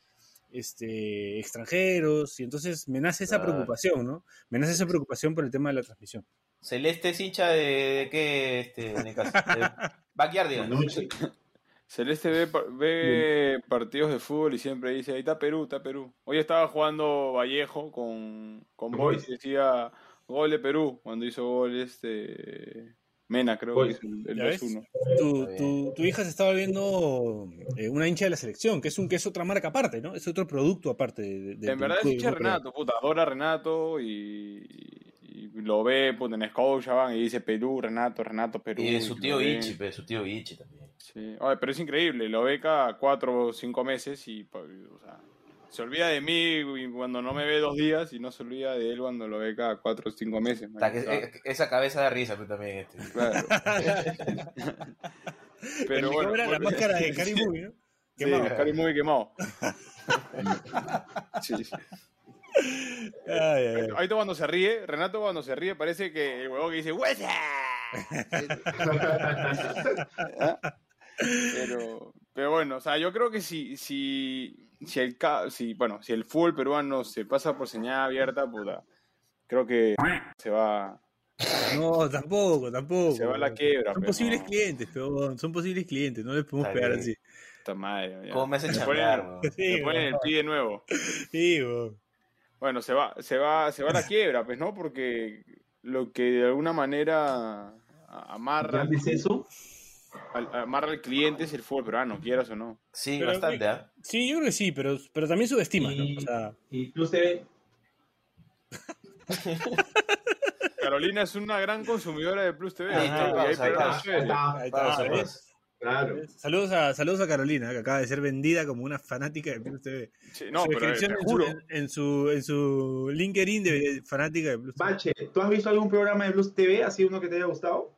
S3: este, extranjeros. Y entonces me nace esa
S4: Claro.
S3: preocupación, ¿no? Me nace esa preocupación por el tema de la transmisión.
S4: Celeste es hincha de, de qué, este, en el caso, de Backyardigans.
S6: Manucci.
S5: Celeste ve, par- ve partidos de fútbol y siempre dice, ahí está Perú, está Perú. Hoy estaba jugando Vallejo con, con
S6: Con
S5: Boys
S6: Boys.
S5: y decía, gol de Perú, cuando hizo gol este Mena, creo
S6: Boys.
S5: que es el, el
S3: ¿Ya ves? tu,
S5: 2-1.
S4: Está bien.
S3: tu- tu hija se estaba viendo eh, una hincha de la selección, que es un que es otra marca aparte, ¿no? Es otro producto aparte. De, de-
S5: En
S3: del
S5: verdad es
S3: club,
S5: hincha
S3: ¿no?
S5: Renato, puta, adora a Renato y, y- y lo ve puta, en Scotiabank y dice Perú, Renato, Renato, Perú.
S4: Y de su
S5: lo
S4: tío
S5: ve.
S4: Ichi, pe, su tío Ichi también.
S5: Sí. Oye, pero es increíble, lo ve cada cuatro o cinco meses y pa- o sea, se olvida de mí y cuando no me ve dos días y no se olvida de él cuando lo ve cada cuatro o cinco meses. man.
S4: Puta, que-
S5: O sea,
S4: eh, esa cabeza de risa, tú también. Este.
S5: claro.
S3: Pero
S5: pero bueno,
S3: cobra la
S5: bueno.
S3: máscara de Cari Movie, ¿no?
S5: Sí,
S3: Quemado.
S5: Cari muy quemado. Sí, sí.
S3: Ay, ay, ay.
S5: Ahí cuando se ríe, Renato cuando se ríe parece que el huevón que dice ¡Huesa! Pero, pero bueno, o sea, yo creo que si, si, si el ca- si, bueno, si el fútbol peruano se pasa por señal abierta, puta, creo que se va,
S3: No, tampoco, tampoco.
S5: se va a la quiebra.
S3: Son
S5: pe,
S3: posibles
S5: no,
S3: clientes, peón. Son posibles clientes. No les podemos
S4: Está
S3: pegar
S4: bien.
S3: así.
S5: puta madre, ya.
S4: ¿Cómo me hacen
S5: Le ponen-
S4: chambear, weón?
S5: Le
S3: Sí,
S5: ponen el
S3: weón.
S5: pie de nuevo.
S3: Sí, weón.
S5: Bueno, se va, se va, se va a la quiebra, pues, ¿no? Porque lo que de alguna manera a- amarra
S6: ¿Ya
S5: al,
S6: dices eso?
S5: al- amarra al cliente es el fútbol peruano, quieras o no.
S4: Sí,
S3: Pero,
S4: bastante, ¿ah?
S3: Sí, yo creo que sí, pero, pero también subestimas, ¿no? O sea,
S6: Y tú se
S5: Carolina es una gran consumidora de Plus TV.
S4: Ahí
S5: ¿no?
S4: está,
S5: Y hay
S4: pausa, ahí
S5: peruanos
S4: está.
S5: chéveres.
S3: ahí
S5: Ah,
S3: está,
S4: Pausa,
S3: ¿ves?
S4: pausa.
S6: Claro.
S3: Saludos a, saludos a Carolina, ¿eh? que acaba de ser vendida como una fanática de Plus TV.
S5: Sí, no,
S3: Su
S5: pero eh,
S3: descripción
S5: te
S3: en,
S5: juro.
S3: Su, en, su, en su LinkedIn de fanática de Plus TV.
S6: Bache, ¿tú has visto algún programa de Blues TV, así uno que te haya gustado?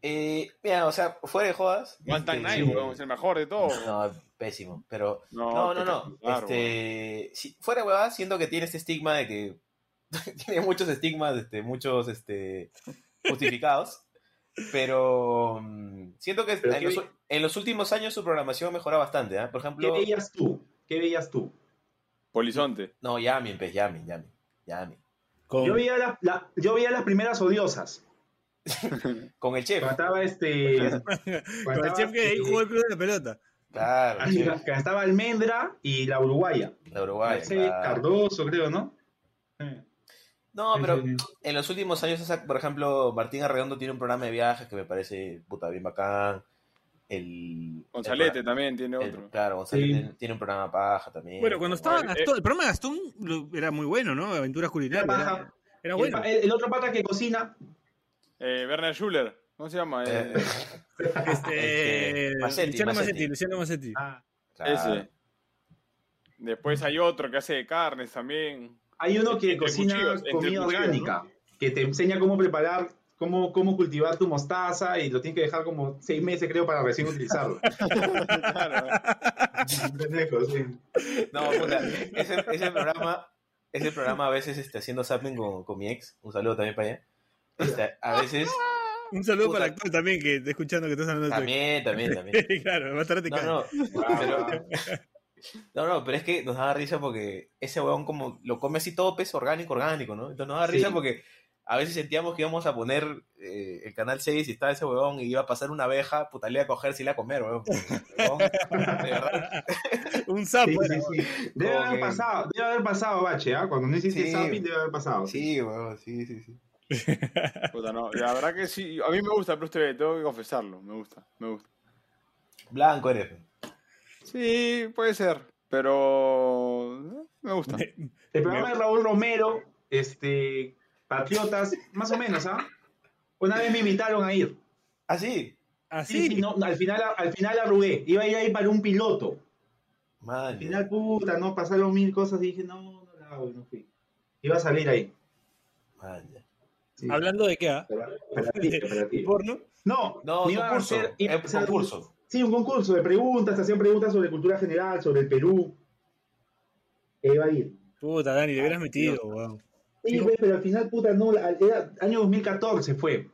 S4: Eh, mira, o sea, fuera de jodas.
S5: eh, One Tank
S4: este,
S5: Night, weón, es el mejor de todos.
S4: No, pésimo. Pero, no, no,
S5: qué
S4: no.
S5: espectacular, weón.
S4: este, si- fuera de huevadas, siento que tiene este estigma de que. tiene muchos estigmas, este, muchos este, justificados. pero. mm, siento que
S6: Pero
S4: en
S6: qué
S4: los,
S6: bien.
S4: en los últimos años su programación mejora bastante, ¿ah? Por
S6: ¿Qué
S4: ejemplo.
S6: veías tú? ¿Qué veías tú?
S5: Polizonte.
S4: No, Yamin, pues, Yamin, Yamin. Yamin.
S3: Con-
S6: Yo veía, la- la- yo veía las primeras odiosas.
S4: Con el chef.
S6: Cuando estaba este.
S3: con el chef que ahí jugó el club de la pelota.
S4: Claro, el chef.
S6: Cuando estaba este, Almendra y la Uruguaya.
S4: La Uruguay.
S6: Sí,
S4: claro.
S6: Cardoso, creo, ¿no?
S4: No, pero
S6: Sí,
S4: en los últimos años, o sea, por ejemplo, Martín Arredondo tiene un programa de viajes que me parece puta bien bacán. El,
S5: Gonzalete
S4: el-
S5: también tiene
S4: el-
S5: otro.
S4: claro, Gonzalete
S6: Sí.
S4: tiene un programa paja también.
S3: Bueno, cuando estaba
S5: Bueno, eh.
S3: Gastón, el programa de Gastón lo- era muy bueno, ¿no? Aventuras culinarias.
S6: Era
S3: Era,
S6: paja.
S3: era
S6: El
S3: Ah, bueno.
S6: pa- El, el otro pata que cocina.
S5: Eh, Werner Schuller. ¿Cómo se llama?
S4: Eh,
S5: Eh,
S3: Este,
S4: este, Masetti,
S3: Luciano
S4: Masetti.
S3: Masetti, Luciano Masetti.
S6: Ah,
S4: claro.
S5: Ese. Después hay otro que hace de carnes también.
S6: Hay uno que
S5: Entre
S6: cocina
S5: cuchillos, entre
S6: comida
S5: cuchillos,
S6: orgánica, que te enseña cómo preparar, cómo, cómo cultivar tu mostaza y lo tienes que dejar como seis meses, creo, para recién utilizarlo.
S5: Claro. eh.
S6: Pendejo, sí.
S4: No, puta, ese, ese programa, ese programa a veces está haciendo zapping con, con mi ex. Un saludo también para ella. Este, a veces,
S3: Un saludo
S4: Puta.
S3: para el actor también, que está escuchando que estás hablando de tu
S4: también, también, también.
S3: ex. Claro, más tarde te
S4: No,
S3: cae.
S4: no, pero, no, no, pero es que nos daba risa porque ese huevón como lo come así todo peso orgánico, orgánico, ¿no? Entonces nos daba
S6: Sí.
S4: risa porque a veces sentíamos que íbamos a poner eh, el canal 6 y estaba ese huevón y iba a pasar una abeja, puta, le iba a coger si le iba a comer, huevón. Huevón, De verdad.
S3: Un sapo.
S6: Sí,
S3: era.
S6: sí, sí. Debe
S4: Como
S6: haber
S4: que-
S6: pasado, debe haber pasado, Bache, ¿ah? Cuando no hiciste
S4: Sí.
S6: zapping, debe haber pasado.
S4: Sí, huevón, sí, sí, sí.
S5: Puta, no, La verdad que sí. A mí me gusta Plus TV, tengo que confesarlo. Me gusta, me gusta.
S4: Blanco eres. pe.
S5: Sí, puede ser. Pero. eh, Me gusta.
S6: El programa de Raúl Romero, este, Patriotas, más o menos, ¿ah? Una vez me invitaron a ir.
S4: Ah, sí.
S3: Así.
S6: Sí, sí, no, al final, al final arrugué. Iba a ir ahí para un piloto.
S4: Man,
S6: Al final, puta, no, pasaron mil cosas y dije, no, no la hago y no fui. Iba a salir ahí.
S4: man, ya.
S6: Sí.
S3: Hablando de qué, ¿ah?
S6: Para- para ti, para ti.
S3: porno.
S6: No,
S4: No, eh, es
S6: me
S4: un
S6: iba a
S4: curso.
S6: hacer- iba a
S4: Es
S6: hacer
S4: un
S6: un-
S4: curso.
S6: Sí, un concurso de preguntas, te hacían preguntas sobre cultura general, sobre el Perú. E Iba a ir.
S3: Puta, Dani, te hubieras metido, weón.
S6: Ah, Sí,
S3: Sí,
S6: güey, pero al final, puta, no, la- era año 2014 fue.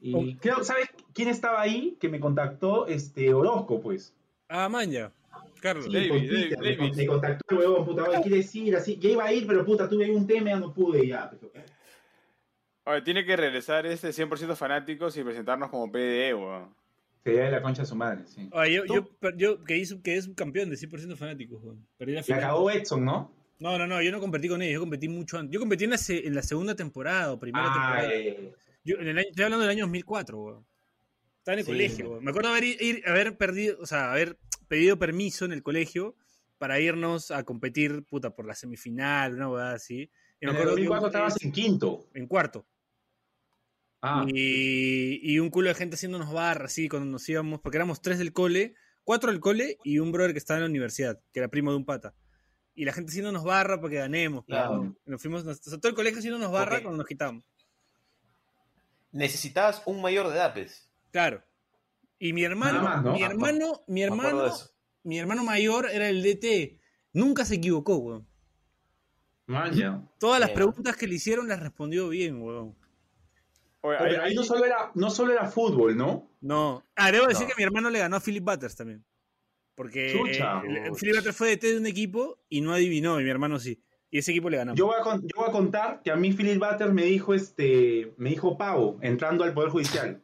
S6: Y
S3: Ok.
S6: creo, ¿sabes quién estaba ahí? Que me contactó este Orozco, pues.
S3: Ah, manja. Carlos.
S6: Sí,
S5: David,
S6: por
S5: David,
S6: Twitter, me,
S5: David.
S6: me contactó el huevón, puta, oye, quiere decir así. Ya iba a ir, pero puta, tuve ahí un tema, no pude ya. pero-
S5: Oye, tiene que regresar este 100% fanáticos y presentarnos como PDE, weón.
S6: Se da de la concha a su madre, sí.
S3: Ah, yo,
S6: ¿Tú?
S3: yo, per- yo quedé, sub- quedé subcampeón de 100% fanáticos, weón. Perdí la
S6: La
S3: final.
S6: acabó Edson, ¿no?
S3: No, no, no, yo no competí con ellos, yo competí mucho antes. Yo competí en la, se- en la segunda temporada o primera
S6: Ah,
S3: temporada.
S6: eh,
S3: Yo, en el año- estoy hablando del año 2004, weón. Estaba en el
S6: Sí.
S3: colegio, weón. Me acuerdo haber, ir- ir- haber perdido, o sea, haber pedido permiso en el colegio para irnos a competir, puta, por la semifinal, una weá así. Y me
S6: en el
S3: acuerdo que
S6: 2004
S3: una
S6: estabas
S3: vez-
S6: en quinto.
S3: en cuarto.
S6: Ah,
S3: Y, y un culo de gente haciéndonos barras, así, cuando nos íbamos, porque éramos tres del cole, cuatro del cole y un brother que estaba en la universidad, que era primo de un pata. Y la gente haciéndonos barra para que ganemos.
S4: Claro.
S3: pero Nos fuimos, nos- o sea, todo el colegio haciéndonos barra
S4: Ok.
S3: cuando nos quitamos.
S4: Necesitabas un mayor de edad, pues.
S3: Claro. Y mi hermano,
S6: Nada más, ¿no?
S3: mi
S6: Ah,
S3: hermano, mi
S4: Me acuerdo de
S3: hermano,
S4: eso.
S3: mi hermano mayor era el DT. Nunca se equivocó, weón.
S6: man, ya.
S3: Todas las
S4: Bien.
S3: preguntas que le hicieron las respondió bien, weón.
S5: Oye,
S6: Pero
S5: ahí-
S6: ahí, no, solo era, no solo era fútbol, ¿no?
S3: No. Ah, debo decir
S4: No.
S3: que mi hermano le ganó a Philip Butters también. Porque
S6: Chucha.
S3: eh, el- Philip Butters fue DT de un equipo y no adivinó, y mi hermano sí. Y ese equipo le ganó.
S6: Yo voy, a con- yo voy a contar que a mí Philip Butter me dijo este me dijo pavo entrando al Poder Judicial.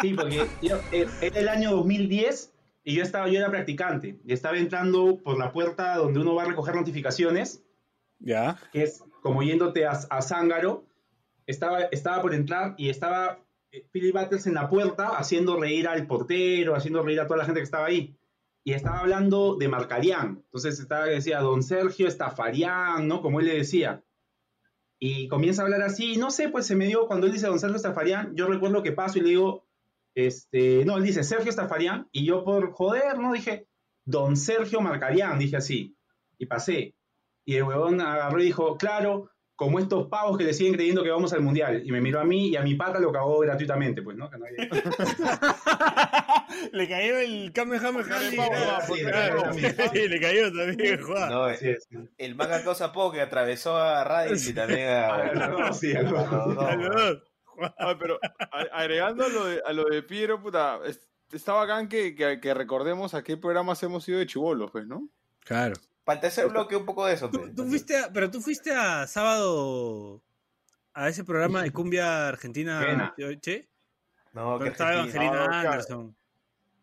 S6: Sí, porque yo- eh, era el año 2010 y yo estaba yo era practicante y estaba entrando por la puerta donde uno va a recoger notificaciones,
S3: Ya.
S6: que es como yéndote a, a Zángaro. Estaba, estaba por entrar y estaba eh, Philip Butters en la puerta haciendo reír al portero, haciendo reír a toda la gente que estaba ahí. Y estaba hablando de Marcarián. Entonces estaba decía, don Sergio Estafarián, ¿no? Como él le decía. Y comienza a hablar así. y No sé, pues se me dio, cuando él dice don Sergio Estafarián, yo recuerdo que paso y le digo, este, no, él dice Sergio Estafarián. Y yo por joder, ¿no? Dije, don Sergio Marcarián, dije así. Y pasé. Y el huevón agarró y dijo, claro, como estos pavos que le siguen creyendo que vamos al mundial. Y me miró a mí y a mi pata lo cagó gratuitamente, pues, ¿no? Que no había-
S3: Le cayó el Kamehameha.
S5: Dale,
S3: Sí,
S5: pavo,
S6: pavo,
S3: claro.
S6: pavo.
S3: Sí, le cayó también, Juan.
S4: No, eh,
S6: Así es.
S4: el manga cosa poco que atravesó a Raditz y también a.
S6: A los dos, sí, a los dos.
S4: los dos.
S3: A los dos.
S5: Ay, pero a- agregando a lo de, a lo de Piero, puta, es- está bacán que, que, que recordemos a qué programas hemos ido de chivolos, pues, ¿no?
S3: Claro.
S4: Para el tercer bloque, un poco de eso.
S3: Tú,
S4: pues.
S3: tú fuiste a- pero tú fuiste a sábado a ese programa de cumbia argentina, che,
S4: No,
S3: donde
S4: que
S3: estaba
S4: Argentina.
S3: Evangelina
S5: Ah, claro.
S3: Anderson.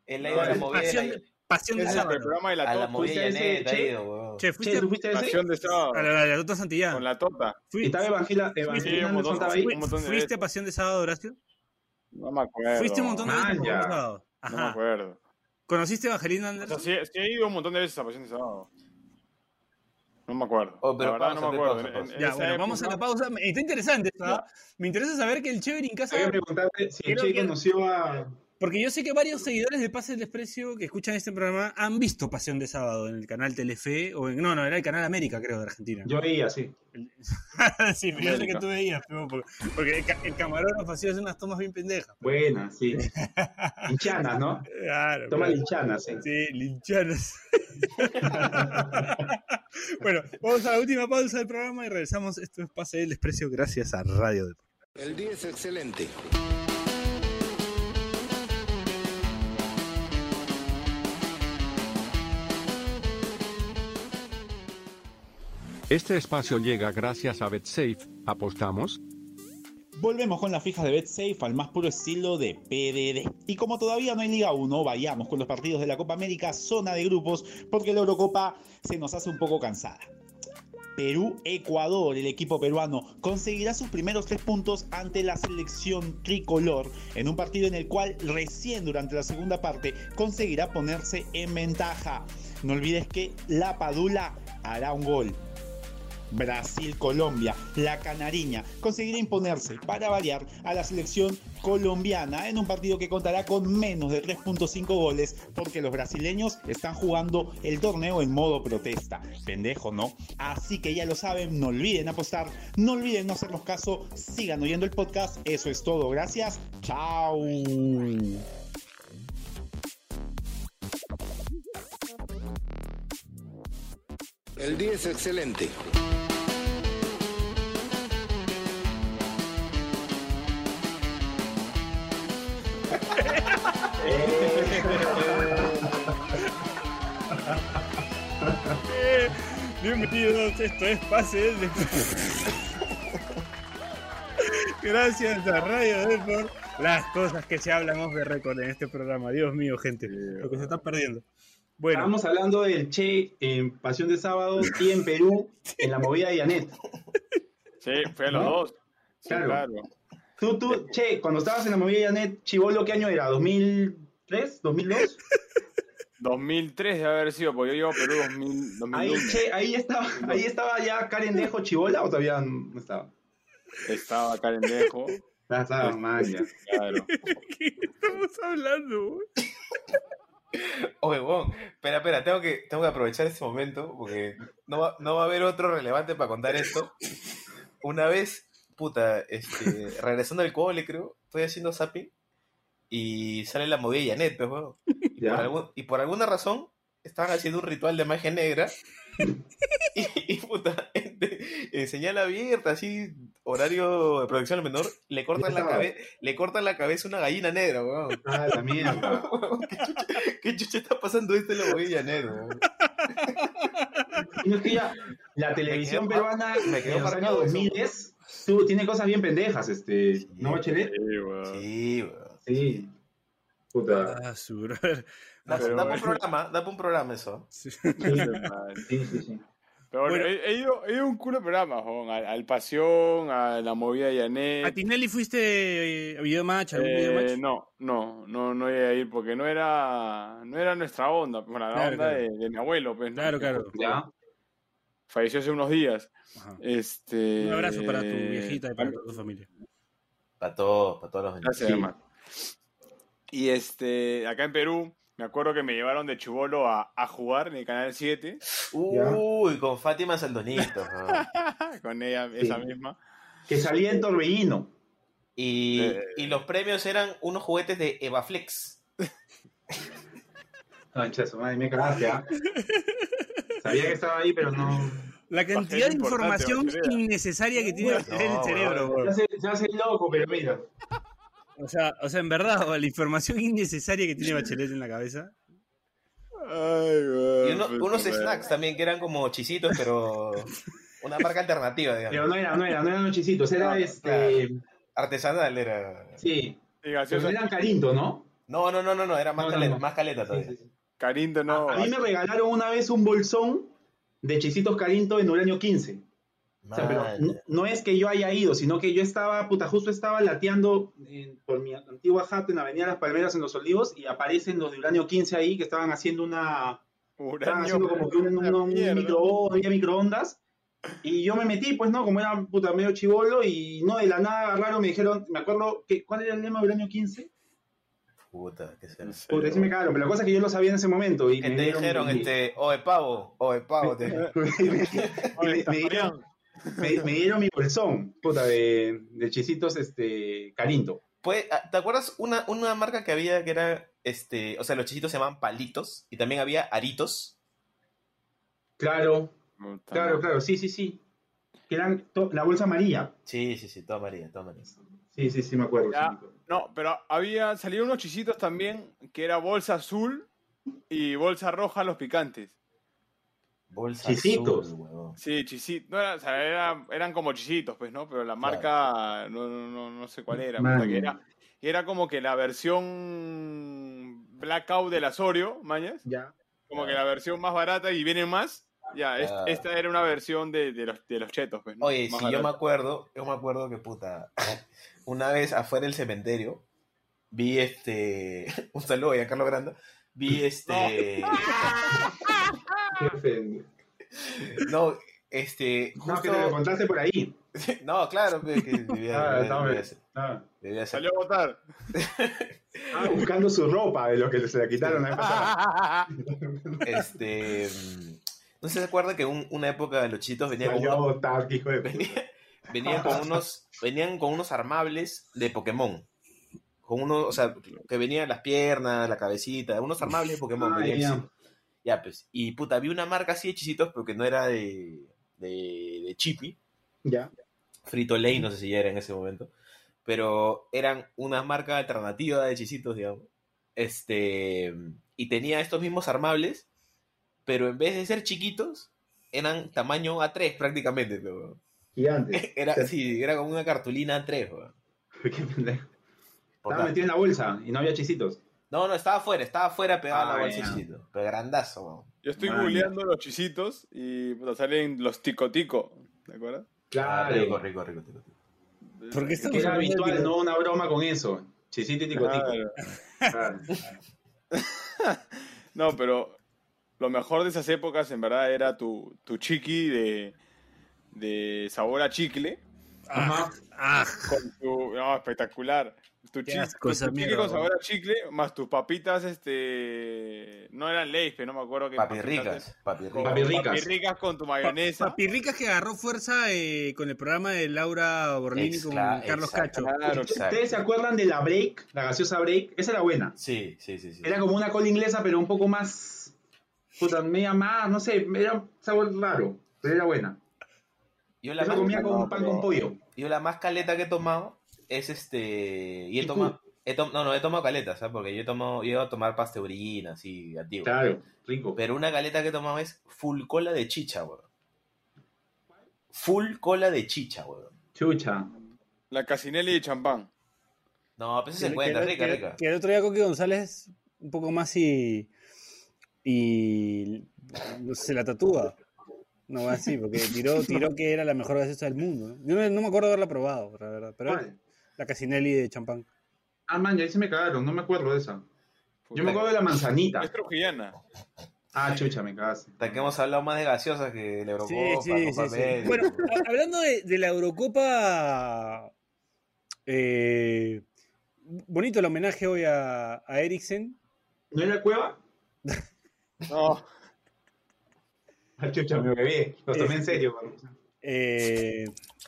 S4: Él ha ido a la movida.
S3: Pasión,
S4: de-
S3: pasión de
S5: Ese es el
S3: sábado.
S5: programa de la
S4: A la
S5: tota,
S4: movida
S6: ese,
S4: Janet ha
S6: che?
S4: ido, weón.
S3: Che,
S6: Che,
S3: fuiste
S6: ¿tú fuiste a ese?
S5: pasión de sábado,
S3: a la, la, la Tota Santillán.
S5: con la tota.
S3: Fui-
S6: Y estaba Evangela,
S5: Sí, un
S6: Evangela
S5: montón.
S6: Anderson estaba ahí.
S3: fui-
S5: un montón de
S3: ¿Fuiste
S5: veces.
S3: a Pasión de Sábado, Horacio?
S5: No me acuerdo.
S3: Fuiste un montón de veces
S6: Man,
S3: por
S6: ya.
S3: los sábados.
S5: No me
S3: Ajá.
S5: acuerdo.
S3: ¿Conociste a Evangelina
S5: O sea,
S3: Anderson?
S5: sí, sí he ido un montón de veces a pasión de sábado. No me acuerdo.
S4: Oh, pero
S5: la verdad
S4: pausa,
S5: no me
S4: pausa,
S5: acuerdo. En-
S4: pausa.
S5: en
S3: Ya,
S5: esa
S3: bueno,
S5: época-
S3: vamos a la pausa. Me- Está interesante esto, ¿ah? Me interesa saber que el Chévere en casa.
S6: Había que preguntarle si el
S3: Creo
S6: Che
S3: que-
S6: conoció a...
S3: Porque yo sé que varios seguidores de Pase el Desprecio que escuchan este programa han visto Pasión de Sábado en el canal Telefe. O en, no, no, era el canal América, creo, de Argentina.
S6: Yo veía, sí.
S3: sí, pero yo sé que
S5: América.
S3: tú veías, pero por- porque el, ca- el camarógrafo hacía unas tomas bien pendejas.
S6: Buena, sí. Hinchanas, ¿no?
S3: Claro.
S6: Toma
S3: pero-
S6: hinchanas, sí.
S3: Sí, linchanas. bueno, vamos a la última pausa del programa y regresamos. Esto es Pase del Desprecio gracias a Radio Depor-
S1: El día es excelente.
S7: Este espacio llega gracias a BetSafe. ¿Apostamos?
S8: Volvemos con las fijas de BetSafe al más puro estilo de PDD. Y como todavía no hay Liga 1, vayamos con los partidos de la Copa América, zona de grupos, porque la Eurocopa se nos hace un poco cansada. Perú-Ecuador, el equipo peruano, conseguirá sus primeros tres puntos ante la selección tricolor en un partido en el cual recién durante la segunda parte conseguirá ponerse en ventaja. No olvides que la Padula hará un gol. Brasil-Colombia, la Canariña, conseguirá imponerse para variar a la selección colombiana en un partido que contará con menos de 3.5 goles porque los brasileños están jugando el torneo en modo protesta. Pendejo, ¿no? Así que ya lo saben, no olviden apostar, no olviden no hacernos caso, sigan oyendo el podcast, eso es todo, gracias, chao.
S1: El día es excelente.
S3: Eh, Bienvenidos, esto es Pase del Desprecio. Gracias a Radio Depor, las cosas que se hablan off the record en este programa. Dios mío, gente, lo que se está perdiendo. Bueno,
S6: Estábamos hablando del Che en Pasión de Sábado y en Perú, en la movida de Janet.
S5: Sí, fue a los dos. Sí,
S6: Claro.
S5: claro.
S6: Tú, tú, Che, cuando estabas en la movida de Janet, Chivolo, ¿qué año era? ¿2003? ¿2002?
S5: 2003 de haber sido, porque yo llevo a Perú 2000, 2001.
S6: Ahí, che, ahí, estaba, ahí estaba ya Karen Dejo Chibola o todavía no estaba.
S5: Estaba Carendejo.
S6: Ya estaba, man, ya.
S5: Claro.
S3: ¿Qué estamos hablando? güey?
S4: Oye, huevón, espera, espera, tengo que, tengo que aprovechar este momento porque no va, no va a haber otro relevante para contar esto. Una vez, puta, este, regresando al cole, creo, estoy haciendo zapping y sale la movida de Janet, pues, huevón. Y,
S6: Ya.
S4: por algún- y por alguna razón estaban haciendo un ritual de magia negra y, y, puta, este, en señal abierta, así, horario de producción al menor, le cortan, la
S6: Ya estaba.
S4: cabe- le cortan la cabeza una gallina negra, huevón.
S6: Ah, la mierda.
S4: ¿Qué chucha, qué chucha está pasando esto en la movida de Janet, huevón?
S5: Ah.
S6: Y es que ya la televisión
S4: quedó mar-
S6: peruana
S4: me quedó
S6: en los años
S4: marcado eso.
S6: 2000 tú- tiene cosas bien pendejas, este. ¿No, Bachelet?
S5: Sí, weón.
S4: Sí, weón.
S6: Sí. Puta.
S3: Ah, su brother.
S4: Da,
S5: Pero
S4: da pa' un
S5: bueno.
S4: programa, da pa' un programa eso.
S6: Sí, sí, sí.
S5: Pero bueno,
S3: Bueno.
S5: he, he ido, he ido a un culo de programas, huevón, al, al Pasión, a la movida de Yanet.
S3: ¿A Tinelli fuiste eh, a Videomatch? ¿Algún
S5: Eh,
S3: Videomatch?
S5: no, no, no, no iba a ir porque no era, no era nuestra onda, pues, bueno, la
S3: Claro,
S5: onda
S3: claro.
S5: De, de mi abuelo, pues, ¿no?
S3: Claro,
S5: Que
S3: claro.
S6: Ya.
S5: Falleció hace unos días.
S3: Ajá.
S5: Este,
S3: Un abrazo para tu viejita y para toda tu familia.
S4: Para todos, para
S6: Ah,
S4: todos los
S5: Gracias,
S6: Sí.
S5: hermano. Y este, acá en Perú, me acuerdo que me llevaron de chubolo a, a jugar en el canal 7
S4: Uy, con Fátima Saldonito. weón.
S5: con ella,
S6: Sí.
S5: esa misma.
S6: Que salía en Torbellino.
S4: Y,
S5: Eh.
S4: y los premios eran unos juguetes de Evaflex.
S6: Concha, su madre, me cagaste, ¿ah? Sabía que estaba ahí, pero no.
S3: La cantidad de
S5: Bajé lo importante,
S3: información
S5: bachillera.
S3: innecesaria que tiene el
S4: No,
S3: cerebro,
S4: weón.
S3: weón.
S6: Ya se, ya se loco, pero mira.
S3: O sea, o sea, en verdad, weón, la información innecesaria que tiene Bachelet en la cabeza.
S5: Ay, weón,
S4: Y uno-
S5: Ah,
S6: pues,
S5: puta
S4: unos
S5: madre.
S4: snacks también que eran como chisitos, pero una marca alternativa,
S6: Pero
S4: digamos.
S6: no era, no era, no eran nochecitos,
S4: Ah,
S6: era este.
S4: Artesanal era.
S6: Sí.
S5: Y
S6: Pero
S5: gaseosa,
S6: no eran carinto, ¿no?
S4: No, no, no, no, no, era más
S6: No, no,
S4: caleta,
S6: no.
S4: más caleta
S6: Sí,
S4: todavía.
S6: sí, sí.
S5: Carindo, no.
S6: A mí me regalaron una vez un bolsón de chisitos carinto en Uranio 15. O sea, pero
S4: Man,
S6: no, no es que yo haya ido, sino que yo estaba, puta, justo estaba lateando en- por mi antigua jato en Avenida Las Palmeras en Los Olivos y aparecen los de Uranio 15 ahí que estaban haciendo una. Estaban
S5: Uranio,
S6: haciendo como que un, un-
S5: una
S6: un
S5: mierda.
S6: microondas, había microondas. Y yo me metí, pues no, como era puta medio chivolo y no, de la nada agarraron, me dijeron, me acuerdo, que, ¿cuál era el lema de Uranio 15?
S4: puta, qué será.
S6: Puta, sí me cagaron, pero la cosa es que yo lo sabía en ese momento. Y
S4: Que
S6: me
S4: te
S6: dieron-
S4: dijeron,
S6: y-
S4: este, oe pavo, oe pavo. te-
S6: y me- y me- me dieron- me, me dieron mi bolsón, puta, de, de chisitos este, carinto.
S4: Pues, ah, ¿te acuerdas una, una marca que había que era, este, o sea, los chisitos se llamaban palitos y también había aritos?
S6: Claro,
S5: Puta
S6: claro,
S5: madre.
S6: claro, sí, sí, sí. Que eran to- la bolsa amarilla.
S4: Sí, sí, sí, toma María, toma María.
S6: Sí, sí, sí, me acuerdo. sí,
S5: Ya.
S6: me acuerdo.
S5: No, pero había salieron unos chisitos también que era bolsa azul y bolsa roja los picantes.
S4: Bolsa
S6: Chisitos.
S4: azul, huevón.
S5: Sí, chisitos. No era, o sea, era- eran como chisitos, pues, ¿no? Pero la marca, no, no, no, no sé cuál era.
S6: Man.
S5: puta, que era. que Era como que la versión blackout del Asorio, mañas.
S6: Ya.
S5: Como
S4: Ah.
S5: que la versión más barata y vienen más. Ya, es-
S4: Ah.
S5: esta era una versión de, de los, de los chetos, pues, ¿no?
S4: Oye,
S5: Más
S4: si yo me
S5: barata.
S4: acuerdo, yo me acuerdo que puta, una vez afuera del cementerio, vi este, un saludo a Giancarlo Granda, vi este,
S6: Qué fe-
S4: no, este,
S6: No, que te lo
S4: justo,
S6: contaste por ahí.
S4: no, claro, que, que debía, debía-
S6: Ah, está
S4: debía
S6: bien.
S4: ser-
S6: Ah,
S4: debía ser.
S5: Salió a votar.
S6: Ah, buscando su ropa de lo que se la quitaron la vez
S5: Ah.
S6: pasada.
S4: este, mm, no sé si se acuerdan que un- una época los chitos venían con
S6: Salió a
S4: unos-
S6: votar, que hijo de puta.
S4: Venía- venían con unos venían con unos armables de Pokémon con uno o sea que venían las piernas la cabecita unos armables de Pokémon
S6: Ah,
S4: venían
S6: ya.
S4: así. ya pues y puta vi una marca así de chisitos porque no era de de, de Chippy
S6: Ya.
S4: Frito Lay no sé si ya era en ese momento pero eran una marca alternativa de chisitos digamos este y tenía estos mismos armables pero en vez de ser chiquitos eran tamaño A3 prácticamente pero
S6: Gigante.
S4: era, sí, era como una cartulina 3, weón.
S6: Qué pendejo.
S4: Por
S6: Estaba
S4: tanto.
S6: metido en la bolsa y no había chisitos.
S4: No, no, estaba afuera, estaba afuera pegada a la
S6: Ah,
S4: bolsa
S6: ya.
S4: chicito, Pero grandazo, weón.
S5: Yo estoy
S6: Man.
S5: googleando los chisitos y puta, salen los ticotico, ¿de acuerdo?
S3: Ah,
S5: Eh,
S6: Claro.
S4: Rico, rico, rico, rico.
S3: ¿Por qué
S6: que
S3: estamos
S6: era
S3: hablando de
S6: habitual,
S3: Tico-
S6: no una broma con eso. Chisito y ticotico.
S5: Claro.
S6: Claro.
S5: No, pero lo mejor de esas épocas, en verdad, era tu, tu chiqui de, de sabor a chicle.
S6: Ajá.
S3: Ah,
S5: Con tu, no, espectacular. Tu,
S3: Qué
S5: chi-
S3: asco
S5: tu
S3: esa
S5: chicle
S3: mierda,
S5: con
S3: weón.
S5: sabor a chicle, más tus papitas, este. No eran Lay's, pero no me acuerdo qué. papitas
S4: Papirricas.
S5: eran.
S4: Papirricas.
S6: Papirricas.
S5: Papirricas con tu mayonesa.
S3: Papirricas que agarró fuerza eh, con el programa de Laura Borlini con
S4: Exacta-
S3: Carlos Cacho.
S5: Claro,
S4: Exacto.
S6: ¿Ustedes se acuerdan de la break? La gaseosa break. Esa era buena.
S4: Sí, sí, sí. sí.
S6: Era como una cola inglesa, pero un poco más. Puta, media más, no sé, era un sabor raro, pero era buena.
S4: Yo la, más,
S6: Yo la comía con
S5: no,
S6: pan
S5: pero-
S6: con pollo.
S4: yo la más caleta que he tomado es este. Y he
S6: ¿Y
S4: tomado. he tom- no, no, he tomado caleta, ¿sabes? Porque yo he tomado, yo iba a tomar pasteurina, así, antiguo.
S6: Claro, rico.
S4: Pero una caleta que he tomado es full cola de chicha, weón. Full cola de chicha, weón.
S6: Chucha.
S5: La casinelli de champán.
S4: No, pues
S3: Que-
S4: se encuentra,
S3: que-
S4: rica,
S3: que-
S4: rica.
S3: que el otro día Coqui González, un poco más y. y. no sé, se la tatúa. No va así, porque tiró, tiró que era la mejor gaseosa del mundo. ¿eh? Yo no, no me acuerdo haberla probado, la verdad. Pero
S6: ¿Cuál?
S3: la Casinelli de champán.
S6: Ah, man, ya ahí se me cagaron, no me acuerdo de esa. Yo me acuerdo de la manzanita.
S5: Es trujillana.
S6: Ah, chucha, me cagaste.
S4: Hasta que hemos hablado más de gaseosas que le
S3: Sí,
S4: Eurocopa,
S3: sí,
S4: Copa
S3: sí, sí.
S4: América.
S3: Bueno, a- hablando de, de la Eurocopa, eh, bonito el homenaje hoy a, a Eriksen.
S6: ¿No era cueva?
S5: No,
S6: Ah, chucha, me bebé. Lo tomé en serio. Carlos.
S3: eh,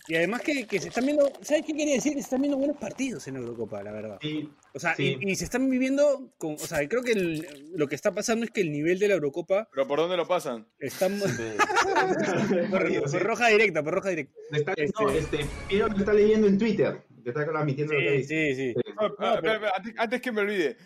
S3: y además que, que se están viendo, ¿sabes qué quería decir? Se están viendo buenos partidos en la Eurocopa, la verdad.
S6: Sí,
S3: O sea,
S6: Sí.
S3: y, y se están viviendo con, o sea, creo que el- lo que está pasando es que el nivel de la Eurocopa
S5: pero ¿por dónde lo pasan?
S3: está mu-
S4: Sí.
S3: por,
S6: Sí, sí.
S3: por roja directa, por roja directa.
S6: Me está,
S3: Este-
S6: No, este, Piero me está leyendo en Twitter. Te está transmitiendo lo que
S3: Sí,
S6: dice.
S3: sí, sí. Ah,
S5: No, Ah, espera,
S3: pero-
S5: espera, antes, antes que me olvide.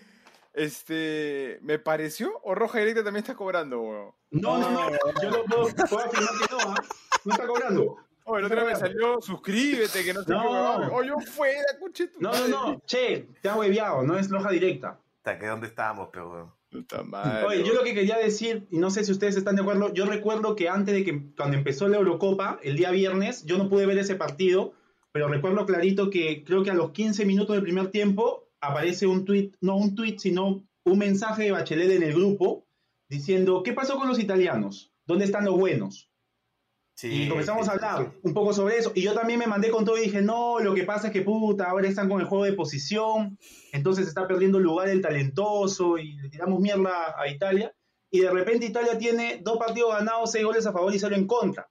S5: Este, ¿me pareció o Roja Directa también está cobrando, weón?
S6: No, no, no. Yo no puedo, puedo afirmar que no, ¿ah? No está cobrando.
S5: Oye, la otra vez me salió, suscríbete, que no sé
S6: No.
S5: qué, weón. Oye, yo fuera, cuche tu
S6: No, no,
S5: madre.
S6: no. Che, te has hueviado, no es loja directa.
S4: Hasta que dónde estábamos, pero weón.
S5: Puta madre,
S6: Oye, yo
S5: weón.
S6: lo que quería decir, y no sé si ustedes están de acuerdo, yo recuerdo que antes de que, cuando empezó la Eurocopa, el día viernes, yo no pude ver ese partido, pero recuerdo clarito que creo que a los 15 minutos del primer tiempo aparece un tweet, no un tweet, sino un mensaje de Bachelet en el grupo diciendo, ¿qué pasó con los italianos? ¿Dónde están los buenos?
S4: Sí,
S6: Y comenzamos
S4: sí,
S6: a
S4: sí,
S6: hablar
S4: sí.
S6: un poco sobre eso. Y yo también me mandé con todo y dije, no, lo que pasa es que puta, ahora están con el juego de posición, entonces está perdiendo lugar el talentoso y le tiramos mierda a Italia. Y de repente Italia tiene dos partidos ganados, seis goles a favor y cero en contra.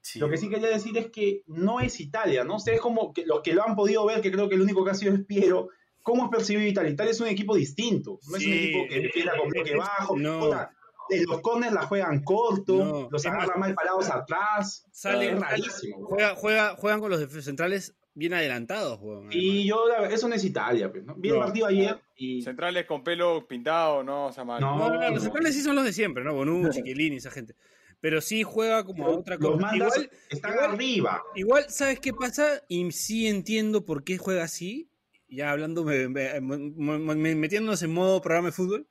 S4: Sí,
S6: Lo que sí quería decir es que no es Italia, ¿no? sé es como que los que lo han podido ver, que creo que el único que ha sido es Piero, ¿cómo es percibido Italia? Italia es un equipo distinto, no es
S3: Sí,
S6: un equipo que defienda con bloque
S3: es-
S6: bajo.
S3: no.
S6: puta, en los corners la juegan corto,
S3: No,
S6: los
S3: es más-
S6: agarran mal parados atrás.
S3: Salen-
S6: es rarísimo. güey.
S3: Juega, juega, juegan con los def- centrales bien adelantados, weón.
S6: Y yo, la- eso no es Italia, pues, ¿no? Vi
S3: No.
S6: el partido ayer y.
S5: Centrales con pelo pintado, no, o sea, mal.
S6: No.
S3: No, no, no, los centrales sí son los de siempre, ¿no? Bonucci, Chiellini, esa gente. Pero sí juega como a otra
S6: los
S3: cosa.
S6: mandas
S3: Igual,
S6: están
S3: igual-
S6: arriba.
S3: igual, ¿sabes qué pasa? Y sí entiendo por qué juega así. Ya hablando, me- me- me- me- metiéndonos en modo programa de fútbol.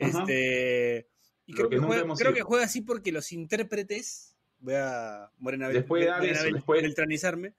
S6: Ajá.
S3: Este, y
S6: Lo
S3: creo
S6: que
S3: que,
S6: nunca
S3: juega,
S6: hemos
S3: creo
S6: sido.
S3: que juega así porque los intérpretes. Voy a Morena
S6: Les puede dar eso, les puede-
S3: beltranizarme.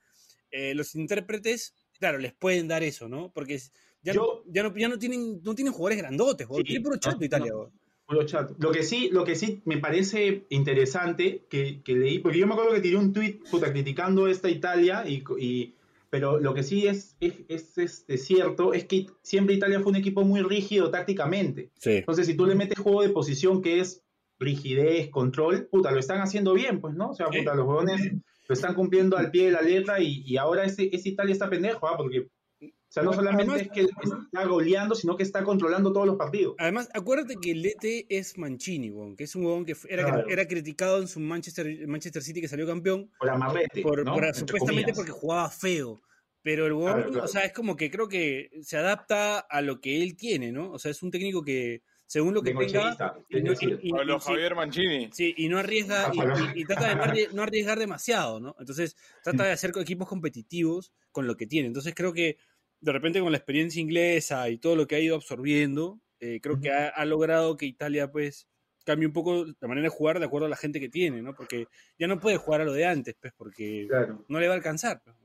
S3: Eh, los intérpretes, claro, les pueden dar eso, ¿no? Porque ya,
S6: Yo-
S3: no, ya, no, ya no tienen, no tienen jugadores grandotes, weón.
S6: Sí,
S3: tiene puro
S6: no,
S3: chato Italia,
S6: no.
S3: weón.
S6: Puro chato. Lo que sí, lo que sí me parece interesante que, que leí, porque yo me acuerdo que tiré un tweet puta, criticando esta Italia, y, y- pero lo que sí es, es, es, este, cierto es que siempre Italia fue un equipo muy rígido tácticamente.
S3: Sí.
S6: Entonces, si tú le metes juego de posición que es rigidez, control, puta, lo están haciendo bien, pues, ¿no? O sea,
S3: Sí.
S6: puta, los huevones lo están cumpliendo al pie de la letra y, y ahora ese, ese Italia está pendejo, ¿ah? Porque, o sea, no solamente
S3: Además-
S6: es que está goleando, sino que está controlando todos los partidos.
S3: Además, acuérdate que el DT es Mancini, weón, que es un huevón que fue- era,
S6: Claro.
S3: era criticado en su Manchester, Manchester City que salió campeón,
S6: Por amarrete,
S3: por,
S6: ¿no?
S3: por-
S6: Entre
S3: supuestamente
S6: comillas.
S3: porque jugaba feo. Pero el huevón,
S6: Claro, claro.
S3: o sea, es como que creo que se adapta a lo que él tiene, ¿no? O sea, es un técnico que, según lo que tenga...
S6: Negocheísta,
S3: y
S6: es
S3: no-
S6: decir,
S3: y- y-
S5: Pablo
S3: y- sí,
S5: Javier Mancini.
S3: Sí, y no arriesga, y,
S6: Ojalá.
S3: y- y trata de no arrie- no arriesgar demasiado, ¿no? Entonces, trata de hacer co- equipos competitivos con lo que tiene. Entonces, creo que de repente con la experiencia inglesa y todo lo que ha ido absorbiendo, eh, creo que ha, ha logrado que Italia, pues, cambie un poco la manera de jugar de acuerdo a la gente que tiene, ¿no? Porque ya no puede jugar a lo de antes, pues, porque
S6: Claro.
S3: no le va a alcanzar. pues.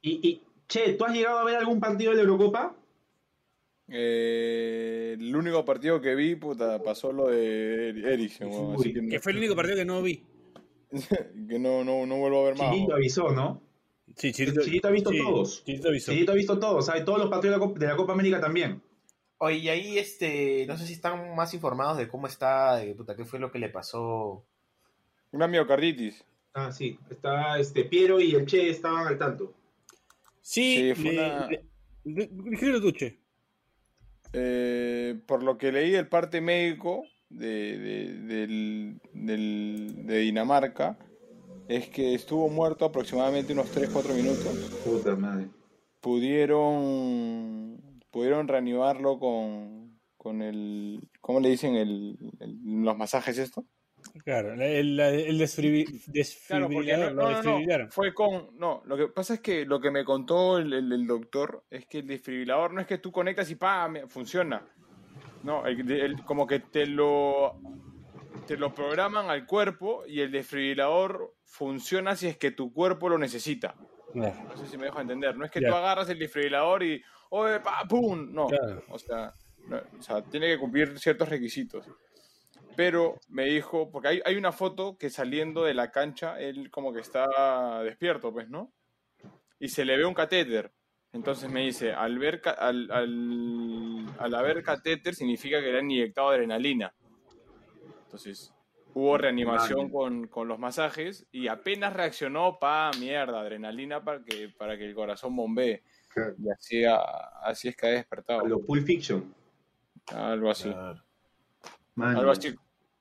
S6: Y, y, che, ¿tú has llegado a ver algún partido de la Eurocopa?
S5: Eh, el el único partido que vi, puta, pasó lo de Eri- Eriksen, weón, así que, no-
S3: Que fue el único partido que no vi.
S5: que no, no, no vuelvo a ver más.
S6: Chilito
S5: weón.
S6: avisó, ¿no?
S3: Sí,
S6: Chilito ha visto todos.
S3: Chilito avisó.
S6: Chilito ha visto todo, sabe todos los partidos de la Copa, de la Copa América también.
S4: Oye, y ahí, este, no sé si están más informados de cómo está, de puta, qué fue lo que le pasó.
S5: Una miocarditis.
S6: Ah, sí. Está este Piero y el Che estaban al tanto.
S3: Sí,
S5: Sí, fue
S3: le-
S5: una-
S3: le- le- Dijeron Duche.
S5: Eh, por lo que leí el parte médico de, de, del- del- de Dinamarca, es que estuvo muerto aproximadamente unos 3-4 minutos.
S6: Puta madre.
S5: Pudieron, pudieron reanimarlo con, con el... ¿Cómo le dicen el, el- los masajes esto?
S3: Claro, la- el, la- el desfibri- desfibrilador. lo desfibrilaron.
S5: fue con... No, lo que pasa es que lo que me contó el, el- el doctor es que el desfibrilador no es que tú conectas y ¡pam! funciona. No, el- el- como que te lo, te lo programan al cuerpo y el desfibrilador funciona si es que tu cuerpo lo necesita.
S3: Claro.
S5: No sé si me dejo entender. No es que
S3: Ya.
S5: tú agarras el desfibrilador y ¡oye, pa, pum! No,
S3: Claro.
S5: o sea, no, o sea, tiene que cumplir ciertos requisitos. Pero me dijo, porque hay, hay una foto que saliendo de la cancha, él como que está despierto, pues, ¿no? Y se le ve un catéter. Entonces me dice, al, ver ca- al, al, al haber catéter significa que le han inyectado adrenalina. Entonces hubo reanimación con, con los masajes y apenas reaccionó, pa, mierda, adrenalina para que, para que el corazón bombee.
S6: Claro.
S5: Y así, a- así es que ha despertado.
S6: A lo Pulp Fiction.
S5: Algo así.
S6: Mano.
S5: Algo así.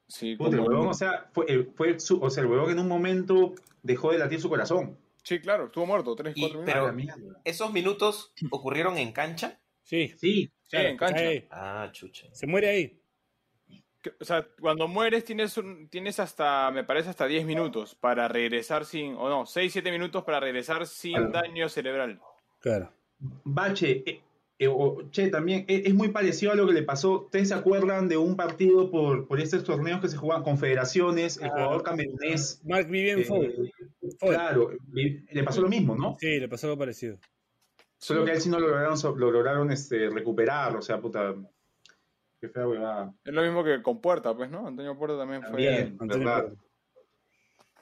S5: Sí,
S6: Puta, el
S5: como-
S6: huevón, o sea, fue, eh, fue su- o sea, el huevón en un momento dejó de latir su corazón.
S5: sí, claro, estuvo muerto, 3,
S4: Y-
S5: 4 minutos.
S4: Pero-
S6: A la mierda.
S4: ¿Esos minutos ocurrieron en cancha?
S3: Sí,
S6: Sí,
S5: Sí,
S3: claro,
S5: en cancha.
S3: ahí.
S4: Ah, chucha.
S3: Se muere ahí.
S5: Que- O sea, cuando mueres tienes, un- tienes hasta, me parece, hasta 10 minutos para regresar sin, o no, 6, 7 minutos para regresar sin
S6: Claro.
S5: daño cerebral.
S3: Claro.
S6: Bache, eh, eh, o Che también, eh, es muy parecido a lo que le pasó. ¿Ustedes se acuerdan de un partido por, por estos torneos que se jugaban confederaciones? El
S3: Ah.
S6: jugador camerunés.
S3: Mark Vivian
S6: eh,
S3: Fowl. Fowl.
S6: claro, le le pasó lo mismo, ¿no?
S3: Sí, le pasó algo parecido.
S6: Solo que a él sí no lo lograron, so- lo lograron este, recuperar, o sea, puta. Qué fea huevada.
S5: Es lo mismo que con Puerta, pues, ¿no? Antonio Puerta también fue.
S6: También,
S3: Antonio
S6: ¿verdad?
S3: Puerta.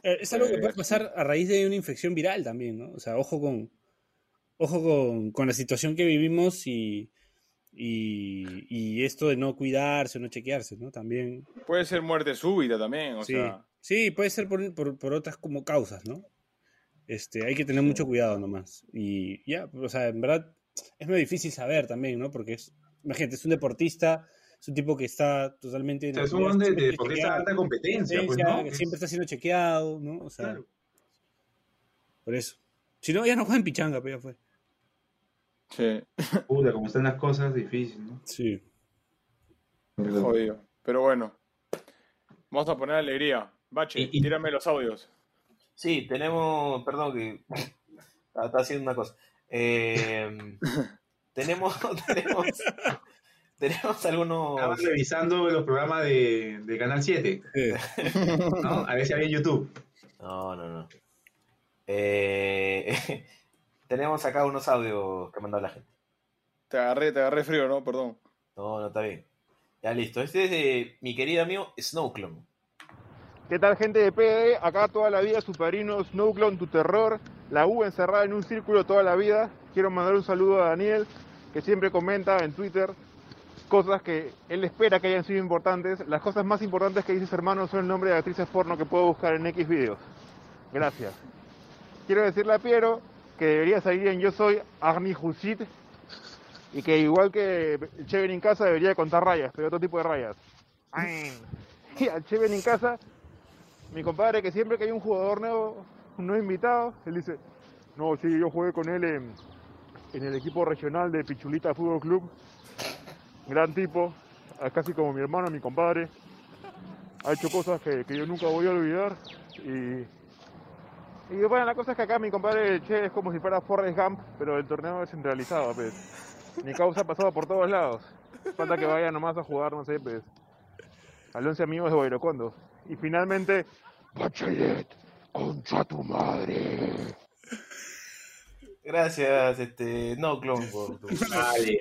S3: Eh, es algo que puede pasar a raíz de una infección viral también, ¿no? O sea, ojo con, ojo con, con la situación que vivimos y, y, y esto de no cuidarse, no chequearse, ¿no? También.
S5: Puede ser muerte súbita también, o
S3: sí.
S5: sea.
S3: sí, puede ser por, por- por otras como causas, ¿no? Este, hay que tener mucho cuidado nomás. Y ya, o sea, en verdad es muy difícil saber también, ¿no? Porque es, imagínate, es un deportista, es un tipo que está totalmente... en
S6: O sea, es un
S3: actividad,
S6: huevón de,
S3: siempre
S6: de deportista de
S3: chequeado
S6: alta competencia, pues,
S3: competencia,
S6: ¿no?
S3: que
S6: Es-
S3: siempre está siendo chequeado, ¿no? O sea,
S6: claro.
S3: por eso. Si no, ya no juegan pichanga, pero ya fue.
S5: Sí,
S6: Puta, como están las cosas, difícil, ¿no?
S3: Sí.
S5: jodido. Pero bueno, vamos a poner alegría. Bache,
S6: Y- y-
S5: tírame los audios.
S4: Sí, tenemos, perdón que estaba estaba haciendo una cosa. Eh, tenemos, tenemos, tenemos
S6: Estaban
S4: algunos,
S6: revisando los programas de, de Canal 7,
S3: Sí.
S6: ¿no? A ver si había en YouTube.
S4: no, no, no. Eh, tenemos acá unos audios que ha mandado la gente.
S5: Te agarré, te agarré frío, ¿no? Perdón.
S4: No, no está bien. Ya listo. Este es de mi querido amigo Snowclone.
S9: ¿Qué tal gente de PD? Acá toda la vida, Superino, Snowclone, Tu Terror, la U encerrada en un círculo toda la vida. Quiero mandar un saludo a Daniel, que siempre comenta en Twitter cosas que él espera que hayan sido importantes. Las cosas más importantes que dices hermano son el nombre de actrices porno que puedo buscar en X videos. Gracias. Quiero decirle a Piero que debería salir en Yo Soy Arnie Husit y que igual que Cheven en casa debería contar rayas, pero otro tipo de rayas. Ay. Y al Cheven en casa mi compadre que siempre que hay un jugador nuevo, un nuevo invitado, él dice, no, sí, yo jugué con él en, en el equipo regional de Pichulita Fútbol Club. Gran tipo, ah, casi como mi hermano, mi compadre. Ha hecho cosas que, que yo nunca voy a olvidar. Y, y bueno, la cosa es que acá mi compadre Che es como si fuera Forrest Gump, pero el torneo descentralizado, pues. Mi causa ha pasado por todos lados. Falta que vaya nomás a jugar, no sé, pues. Al 11 amigos de Boirocondo. Y finalmente, Bachelet, concha tu madre.
S4: Gracias, este, Snowclone, por tu...
S6: Vale.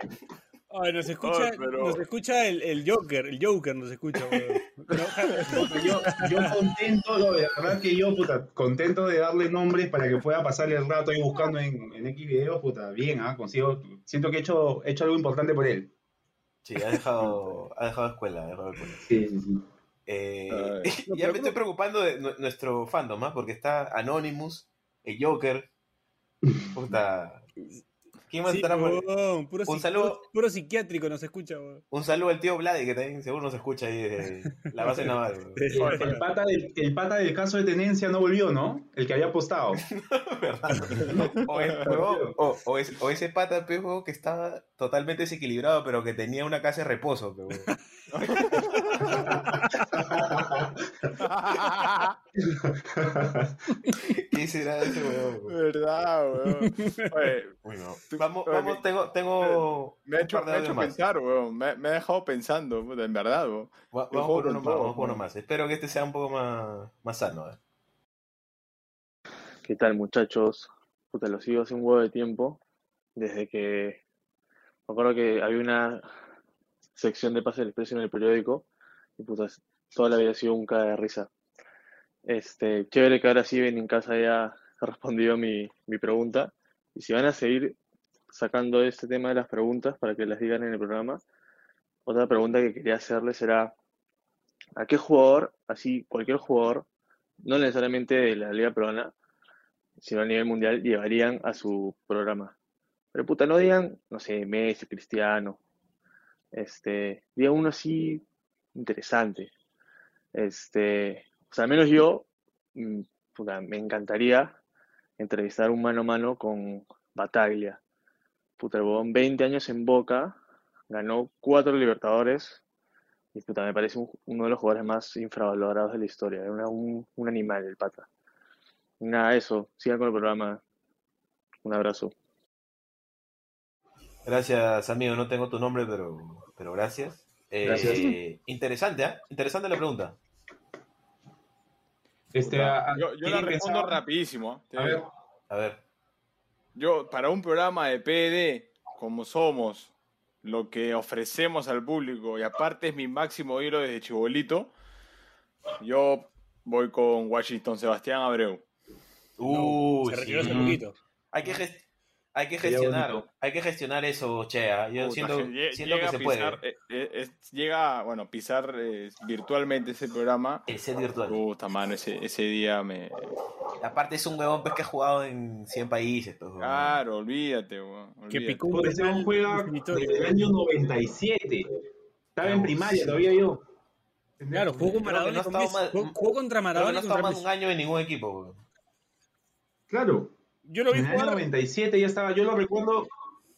S3: Ay, nos escucha,
S9: Ay, pero-
S3: nos escucha el, el Joker, el Joker nos escucha, weón. No, ja-
S6: Porque yo, yo contento, no, la verdad que yo, puta, contento de darle nombres para que pueda pasarle el rato ahí buscando en, en X videos, puta, bien, ah, consigo, siento que he hecho, he hecho algo importante por él.
S4: Sí, ha dejado, ha dejado escuela, ha dejado escuela.
S6: Sí, sí, sí.
S4: Eh,
S5: Ay.
S4: ya me estoy preocupando de nu- nuestro fandom, ¿ah? porque está Anonymous, el Joker. Puta. ¿Quién más
S3: sí,
S4: estará por-
S3: weón, puro,
S4: Un
S3: psi-
S4: saludo.
S3: puro psiquiátrico nos escucha, weón.
S4: Un saludo al tío Vlade, que también seguro nos escucha ahí desde la base naval. weón.
S6: El, el pata del, el pata del caso de tenencia no volvió, ¿no? El que había apostado.
S4: ¿Verdad? O, es- huevón, o- o es- o ese pata pejo que estaba totalmente desequilibrado, pero que tenía una casa de reposo. pe, huevón. ¿Qué será de ese huevón, weón?
S5: ¿Verdad, weón? Oye,
S4: Uy, no.
S5: Tú-
S4: Vamos,
S5: oye,
S4: vamos, tengo, tengo
S5: me ha
S4: un
S5: hecho,
S4: par de
S5: me ha hecho
S4: audios más.
S5: pensar, weón. Me, me ha dejado pensando, puta, en verdad, weón.
S4: Va-
S5: Yo
S4: Vamos
S5: juego
S4: por uno
S5: con
S4: más,
S5: todo,
S4: vamos por uno
S5: ¿no?
S4: más. Espero que este sea un poco más, más sano. ¿eh?
S10: ¿Qué tal, muchachos? Puta, los sigo hace un huevo de tiempo. Desde que. Me acuerdo que había una sección de Pase del Expreso en el periódico. Y puta, toda la vida ha sido un caga de risa. Este, chévere que ahora sí ven en casa haya respondido mi, mi pregunta. Y si van a seguir sacando este tema de las preguntas para que las digan en el programa, otra pregunta que quería hacerles era: ¿a qué jugador, así cualquier jugador, no necesariamente de la Liga Peruana, sino a nivel mundial, llevarían a su programa. Pero puta, no digan, no sé, Messi, Cristiano, este, digan uno así interesante. Este, o sea, al menos yo, mm, puta, me encantaría entrevistar un mano a mano con Bataglia. Puta, el huevón, 20 años en Boca, ganó cuatro Libertadores y puta, me parece un- uno de los jugadores más infravalorados de la historia. Era una- un, un animal el pata. Nada, eso. Sigan con el programa. Un abrazo.
S4: Gracias, amigo. No tengo tu nombre, pero, pero gracias. Eh, Interesante, ¿eh? Interesante la pregunta.
S6: Este, a- a-
S5: Yo, yo la
S6: ¿quieren
S5: respondo
S6: empezar?
S5: rapidísimo. ¿eh?
S6: A ver,
S4: A ver.
S5: Yo, para un programa de PD, como somos, lo que ofrecemos al público, y aparte es mi máximo hilo desde Chibolito, yo voy con Washington Sebastián Abreu.
S4: Uy,
S3: Se
S4: sí.
S3: retiró hace poquito.
S4: Hay que, gest- hay que
S6: Sería
S4: gestionar,
S6: bonito.
S4: hay que gestionar eso, Chea. Yo
S5: Puta,
S4: siento,
S5: lle-
S4: siento que
S5: llega a
S4: se
S5: pisar,
S4: puede.
S5: eh, eh, es- llega, bueno, pisar eh, virtualmente ese programa.
S4: El set virtual.
S5: Puta, mano, ese, ese día me...
S4: Aparte es un huevón pues, que ha jugado en 100 países. pues, huevón.
S5: Claro, olvídate, weón,
S3: Que
S5: olvídate.
S3: picó un
S6: Porque ese
S3: penal
S6: juega
S3: definitorio.
S6: desde el año 97. Estaba en primaria todavía yo.
S3: Claro, jugó con
S4: Creo que no
S3: Maradona
S4: ha
S3: y con
S4: estado
S3: Messi.
S4: mal-
S3: Jugó, jugó contra
S4: Creo que
S3: Maradona
S4: no
S3: y
S4: está
S3: contra
S4: más de un
S3: Messi.
S4: año en ningún equipo. huevón.
S6: Claro.
S3: Yo lo vi
S6: En el año
S3: jugar
S6: 97 ya estaba, yo lo recuerdo,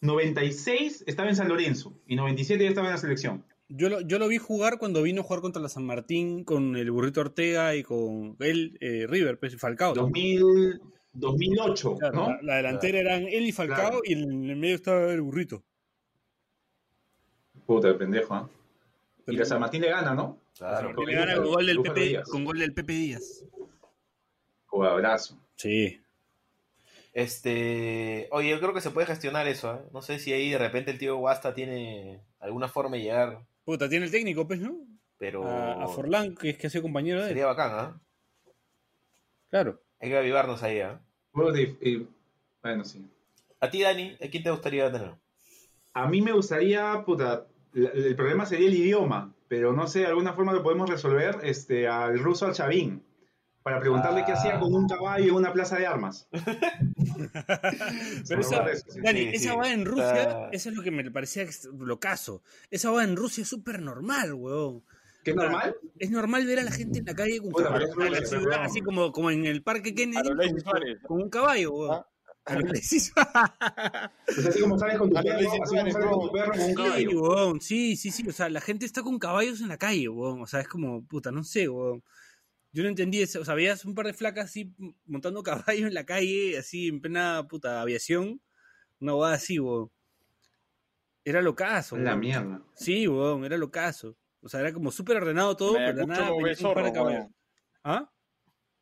S6: 96 estaba en San Lorenzo y 97 ya estaba en la selección.
S3: Yo lo, yo lo vi jugar cuando vino a jugar contra la San Martín con el burrito Ortega y con él, eh, River, pues, Falcao.
S6: 2000, 2008,
S3: Claro,
S6: ¿no?
S3: la, la delantera eran él y Falcao
S6: Claro.
S3: y en el medio estaba el burrito.
S6: Puta, pendejo, ¿ah? Y la San Martín le gana, ¿no?
S4: Claro.
S6: Porque
S3: Le gana con gol del
S6: Luján
S3: Pepe,
S6: Díaz.
S3: con gol del Pepe Díaz.
S6: Jugadorazo.
S3: Sí.
S4: Este, oye, yo creo que se puede gestionar eso, ¿eh? No sé si ahí de repente el tío Guasta tiene alguna forma de llegar,
S3: Puta, tiene el técnico, pues, ¿no?
S4: pero
S3: A, a Forlán, que es que ha sido compañero de él.
S4: sería bacán, ¿ah?
S3: Claro.
S4: Hay que avivarnos ahí, ¿ah?
S6: Juegos de- eh, bueno, sí.
S4: A ti, Dani, ¿a quién te gustaría tener?
S6: A mí me gustaría, puta, la- el problema sería el idioma, pero no sé, de alguna forma lo podemos resolver este, al ruso al Chavín, para preguntarle qué
S4: Ah.
S6: hacía con un caballo en una plaza de armas.
S3: Pero esa,
S6: Sí, sí,
S3: Dani, esa va en Rusia,
S4: Está-
S3: eso es lo que me parecía ex- locazo. Esa va en Rusia es súper normal, weón.
S6: ¿Qué es normal?
S3: Es normal ver a la gente en la calle con
S6: Puta,
S3: caballos,
S6: pero es
S3: en la
S6: Rusia,
S3: ciudad,
S6: weón.
S3: así como, como en el parque
S5: A
S3: Kennedy,
S5: los Lacey Suárez.
S3: con un caballo,
S6: Ah.
S3: weón. A lo preciso.
S6: Pues así como sales con tu
S5: Ah, no,
S6: perro,
S5: le dicen
S6: así como
S5: Suárez,
S6: sales con
S5: no.
S6: tu perro con un
S3: Sí,
S6: caballo.
S3: weón, sí, sí, sí. O sea, la gente está con caballos en la calle, weón. O sea, es como, puta, no sé, weón. Yo no entendí eso. O sea, veías un par de flacas así montando caballos en la calle, así en plena puta aviación. No va así, weón. Era locazo,
S6: La
S3: weón.
S6: mierda.
S3: Sí, weón, era locazo. O sea, era como súper ordenado todo,
S5: En
S3: pero de
S5: Ayacucho
S3: nada,
S5: no
S3: venía
S5: ves
S3: un par de
S5: zorros,
S3: caballos.
S5: weón.
S3: ¿Ah?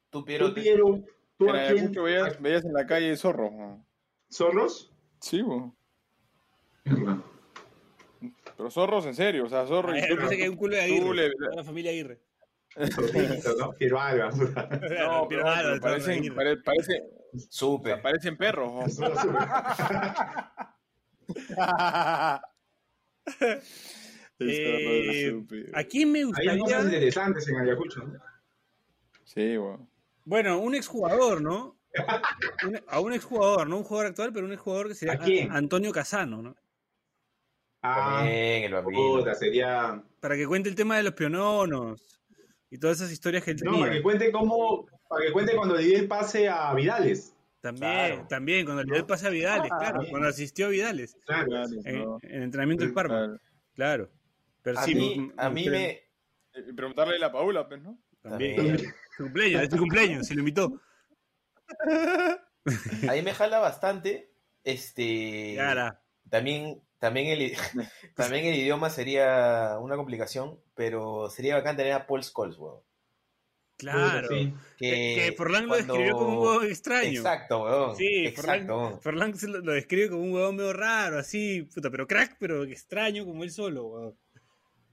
S4: Tú,
S6: Yo
S4: Piero, te-
S6: quiero, tú
S5: En
S6: a quién,
S5: Ayacucho veías, veías en la calle zorros. weón.
S6: zorros.
S5: Sí, weón.
S6: Mierda.
S5: Pero zorros, en serio, o sea, zorros.
S3: Ah, Yo pensé que hay un culo de
S5: Tú
S3: Aguirre.
S5: le-
S3: toda la familia Aguirre.
S6: ¿no? Piero Alba.
S5: No, pero,
S3: nada,
S5: pero
S3: de todas
S5: parecen,
S3: maneras.
S5: pare- parece- o sea,
S4: Supe.
S5: parecen perros. ¿no?
S3: Eh,
S5: Eso, madre,
S3: ¿A quién me
S6: Hay cosas
S3: gustaría?
S6: interesantes en Ayacucho. ¿no?
S5: Sí, bueno.
S3: Bueno, un exjugador, ¿no? Un- a un exjugador, no un jugador actual, pero un exjugador que sería
S6: ¿A quién?
S3: Antonio Casano, ¿no?
S6: Ah,
S4: También, el bambino.
S6: puta, sería.
S3: Para que cuente el tema de los piononos y todas esas historias que él
S6: No,
S3: tenía.
S6: para que cuente cómo. Para que cuente cuando le di el pase a Vidales.
S3: También,
S4: Claro.
S3: también, cuando le dio el pase a
S6: Ah.
S3: Vidales, claro, cuando asistió a Vidales
S6: Claro.
S5: Claro,
S3: en,
S5: no.
S3: en entrenamiento del Parma,
S5: Claro.
S3: claro. Pero
S4: A
S3: sí,
S4: mí, a mí me.
S5: Y preguntarle a la Paula, pues, ¿no?
S3: También.
S4: También.
S3: Su cumpleaños, es su cumpleaños, se lo invitó.
S4: Ahí me jala bastante. Este.
S3: Cara,
S4: También, también, el, i- también el idioma sería una complicación, pero sería bacán tener a Paul Scholes, weón.
S3: claro.
S6: Sí.
S3: Que,
S4: Que,
S3: que Forlán lo describió como un
S4: huevo
S3: huevo extraño.
S4: eh, Exacto, weón.
S3: Sí, Forlán,
S4: exacto. weón.
S3: Forlán se lo, lo describe como un huevón medio raro, así, puta, pero crack, pero extraño como él solo. huevón.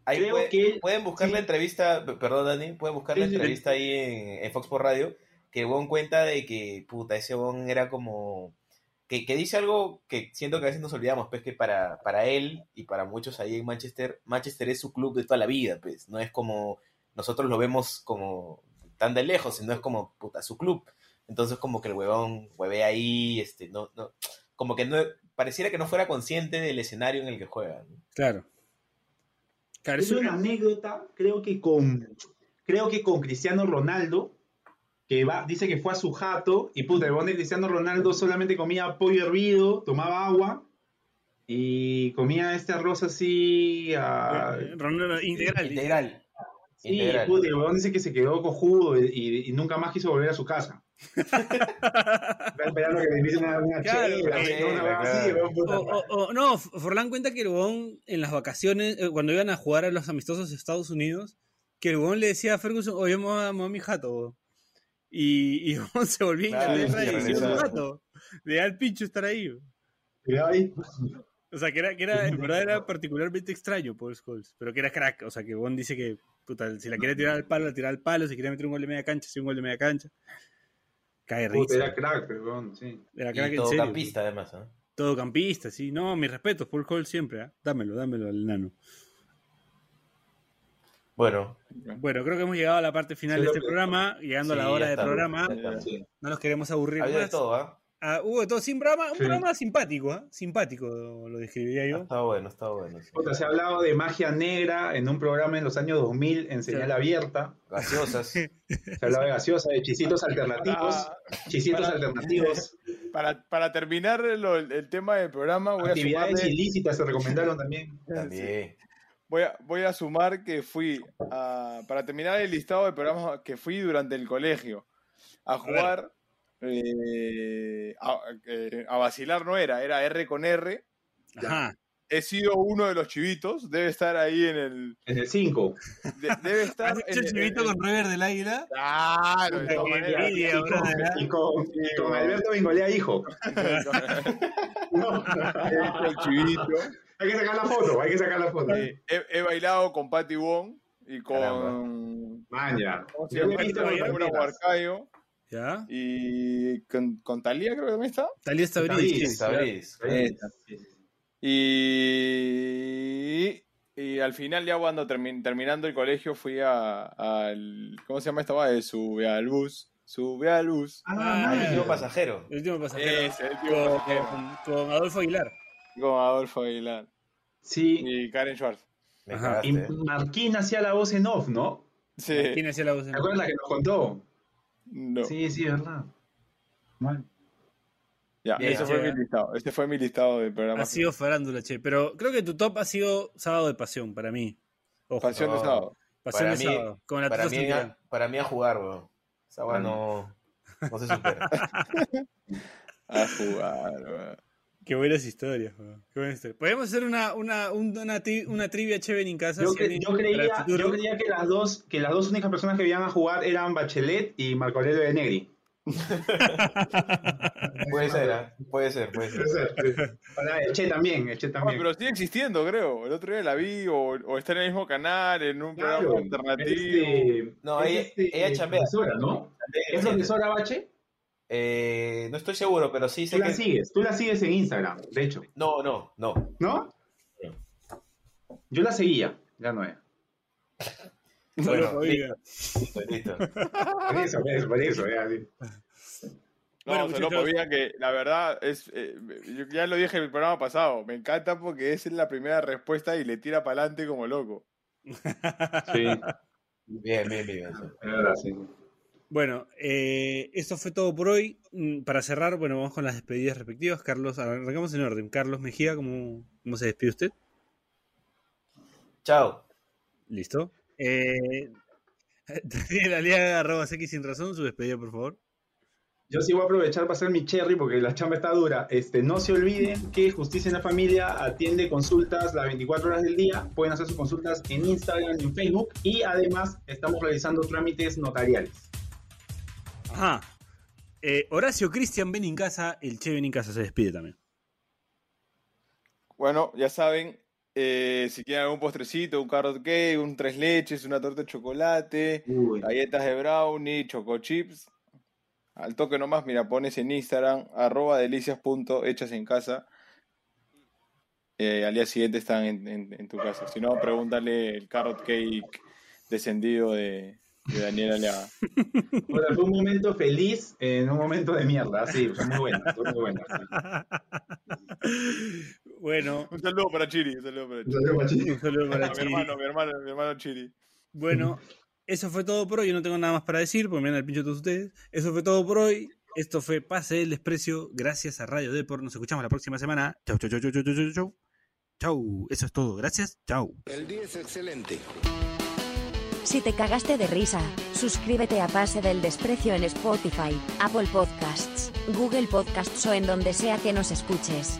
S4: Ahí
S6: Creo
S4: puede-
S6: que-
S4: pueden buscar la
S6: sí.
S4: entrevista, p- perdón Dani, pueden buscar la
S6: Sí, sí,
S4: entrevista ahí en, en Fox por Radio, que Won cuenta de que, puta, ese Won era como, que, que dice algo que siento que a veces nos olvidamos, pues que para, para él y para muchos ahí en Manchester, Manchester es su club de toda la vida, pues, no es como, nosotros lo vemos como tan de lejos, sino es como, puta, su club. Entonces como que el huevón hueve ahí, este, no, no, como que no, pareciera que no fuera consciente del escenario en el que juega. ¿no?
S3: Claro. Claro,
S6: Es
S3: es
S6: una anécdota, creo que con, creo que con Cristiano Ronaldo, que va, dice que fue a su jato y puta, el bon de Cristiano Ronaldo solamente comía pollo hervido, tomaba agua y comía este arroz así. ah,
S3: Ronaldo
S4: Eh,
S3: integral.
S4: Integral.
S6: sí, puta, el huevón dice que se quedó cojudo y, y- y nunca más quiso volver a su casa. Está esperando que le invite una, una
S3: Claro,
S6: chela,
S3: que-
S6: así, una huevada
S4: claro.
S6: así, huevón,
S3: O,
S6: puta.
S3: o- o- no, Forlán cuenta que el huevón en las vacaciones, eh, cuando iban a jugar a los amistosos de Estados Unidos, que el huevón le decía a Ferguson, oye, me voy a, me voy a mi jato. huevón". Y, y el huevón se volvía a
S4: Claro,
S3: Inglaterra
S4: sí,
S3: y se iba a su
S5: regresaba.
S3: jato. Le da el pincho estar ahí. huevón.
S6: Y ahí,
S3: O sea, que era, que era, en verdad era particularmente extraño Paul Scholes, pero que era crack. O sea, que Bond dice que, puta, si la quería tirar al palo, la tiraba al palo, si quería meter un gol de media cancha, si un gol de media cancha. Cae
S6: puta,
S3: risa.
S6: era crack, huevón, sí.
S3: Era crack
S4: Y
S3: en serio.
S4: todocampista, además. ¿ah? ¿no?
S3: Todocampista, sí. No, mis respetos, Paul Scholes siempre, ¿ah? Dámelo, dámelo al nano.
S4: Bueno,
S3: Bueno, creo que hemos llegado a la parte final
S6: Sí,
S3: de
S6: lo
S3: este
S6: que-
S3: programa, llegando
S4: sí,
S3: a la hora
S4: ya
S3: del
S4: está,
S3: programa.
S4: ya está.
S6: Sí.
S3: No nos queremos aburrir
S4: Ha habido de
S3: más.
S4: todo, ¿ah?
S3: Ah, hubo de todo, sin programa, un
S6: Sí.
S3: programa simpático, ¿ah? Simpático lo lo describiría
S4: Ha
S3: yo.
S4: estado bueno, ha estado bueno. sí.
S6: Puta, se ha hablado de magia negra en un programa en los años 2000 en señal
S3: Sí.
S6: abierta.
S4: Gaseosas.
S6: Se hablaba de gaseosa, de chisitos alternativos.
S5: Para,
S6: Chisitos
S5: Ah, para-
S6: alternativos.
S5: para, para terminar lo- el, tema del programa, voy a,
S6: Actividades
S5: sumarle,
S6: ilícitas se recomendaron también.
S4: También.
S5: voy, a, voy a sumar que fui, a- para terminar el listado de programas que fui durante el colegio, a jugar, eh, a, eh, a vacilar no era, era R con R.
S3: Ajá.
S5: He sido uno de los chivitos, debe estar ahí en el...
S6: En el 5.
S5: de- debe estar...
S3: ¿Has hecho el
S5: en el-
S3: chivito
S5: en el-
S3: con River del Águila?
S5: Claro, de todas
S3: Qué
S5: maneras.
S3: envidia, brother.
S6: Y con, con Alberto Bengolea, hijo. No.
S5: He hecho el chivito.
S6: Hay que sacar la foto, hay que sacar la foto.
S5: Eh, he, he bailado con Patty Wong y con.
S6: Maña.
S5: ¿Cómo se
S6: Yo
S5: llama?
S6: le he visto
S5: Con Laura
S6: las
S5: Huarcayo
S3: ¿Ya?
S5: y con, con Talía, creo que también está.
S3: Talía
S6: Tabriz.
S3: Estabrí.
S4: Sabrís.
S6: carpetas.
S5: Y. Y al final, ya cuando termi- terminando el colegio, fui a, al. ¿Cómo se llama esta va? Eh, Sube al bus. Sube al bus.
S6: Ah,
S3: Ah,
S6: maña.
S4: eh, Yo pasajero.
S3: El último pasajero.
S5: Ese, el tío
S3: con,
S5: pasajero,
S3: con- con Adolfo Aguilar.
S5: Con Adolfo Aguilar.
S6: Sí.
S5: Y Karen Schwartz.
S4: Me
S3: Ajá.
S6: Y
S4: cagaste. ¿eh?
S6: Marquín hacía la voz en off, ¿no?
S5: Sí.
S3: ¿Quién hacía la voz en
S6: ¿Te acuerdas la que nos contó?
S5: No.
S6: Sí, sí, verdad. Mal.
S5: Ya,
S4: Bien,
S5: ese
S3: ya.
S5: fue mi listado. Este fue mi listado de
S3: Ha
S5: programas.
S3: sido farándula, che. Pero creo que tu top ha sido Sábado de Pasión para mí. Ojo,
S5: Pasión de
S4: No.
S5: sábado.
S3: Pasión
S4: para
S3: de
S4: mí-
S3: Sábado. Con la
S4: Para
S3: Tusa
S4: mí,
S3: Central.
S4: a, para mí a jugar, weón. Esa weá no, no se supera.
S5: A jugar, weón.
S3: Qué buenas historias, weón. Qué buenas historias. Podemos hacer una, una, un- una, tri- una trivia chévere en casa.
S6: Yo,
S3: si
S6: cre-
S3: alguien-
S6: yo
S3: para el
S6: creía,
S3: futuro.
S6: yo creía que, las dos, que las dos únicas personas que iban a jugar eran Bachelet y Marco Aurelio de Negri.
S4: Puede ser, ¿ah? puede ser, puede ser.
S6: Puede ser, sí. Para el Che también, el Che
S5: Ah,
S6: también.
S5: pero sigue existiendo, creo. El otro día la vi, o, o está en el mismo canal, en un
S6: Claro,
S5: programa
S6: es
S5: alternativo.
S6: este-
S4: No,
S6: es
S4: ella,
S6: este,
S4: ella chambea.
S6: profesora, ¿no? ¿Es profesora Bache?
S4: Eh, no estoy seguro, pero sí
S6: Tú
S4: sé
S6: la
S4: que...
S6: sigues, tú la sigues en Instagram, de hecho,
S4: No, no, no.
S6: ¿no?
S4: Sí.
S6: Yo la seguía, ya no es.
S4: Bueno,
S3: Bueno, oiga.
S4: Listo, listo.
S6: Por eso, por eso, por eso, ya, sí.
S5: No,
S3: Bueno,
S5: o sea, loco,
S3: muchachos.
S5: mira que la verdad es, eh, yo ya lo dije en el programa pasado, me encanta porque es la primera respuesta y le tira para adelante como loco.
S10: Sí.
S4: Bien, bien, bien.
S6: Es verdad, sí.
S3: Bueno, eh, esto fue todo por hoy. Mm, Para cerrar, bueno, vamos con las despedidas respectivas. Carlos, arrancamos en orden. Carlos Mejía, ¿cómo, cómo se despide usted?
S4: Chao.
S3: Listo. Eh, Daniel Aliaga, arroba Seki sin razón, su despedida, por favor.
S6: Yo sí voy a aprovechar para hacer mi cherry porque la chamba está dura. Este, no se olviden que Justicia en la Familia atiende consultas las 24 horas del día. Pueden hacer sus consultas en Instagram, en Facebook y además estamos realizando trámites notariales.
S3: Ajá. Eh, Horacio Cristian Benincasa, el Che Benincasa se despide también.
S5: Bueno, ya saben, eh, si quieren algún postrecito, un carrot cake, un tres leches, una torta de chocolate,
S6: Uy,
S5: galletas de brownie, choco chips, al toque nomás, mira, pones en Instagram, arroba delicias.hechas en casa. Eh, al día siguiente están en, en- en tu casa. Si no, pregúntale el carrot cake descendido de, de Daniel Aliaga.
S6: o sea, fue un momento feliz en un momento de mierda. Sí, fue muy bueno, fue muy bueno. sí.
S3: bueno,
S5: Un saludo para Chiri, un saludo para Chiri.
S6: Entonces, guachín,
S3: un saludo para
S5: A mi
S3: Chiri.
S5: hermano, mi hermano, mi hermano Chiri.
S3: Bueno, eso fue todo por hoy. Yo no tengo nada más para decir, porque me dan el pincho todos ustedes. Eso fue todo por hoy. Esto fue Pase del Desprecio, gracias a Radio Deport. Nos escuchamos la próxima semana. Chau, chau, chau, chau, chau, chau, chau, chau. Chau, eso es todo. Gracias, chau.
S1: El día es excelente.
S2: Si te cagaste de risa, suscríbete a Pase del Desprecio en Spotify, Apple Podcasts, Google Podcasts o en donde sea que nos escuches.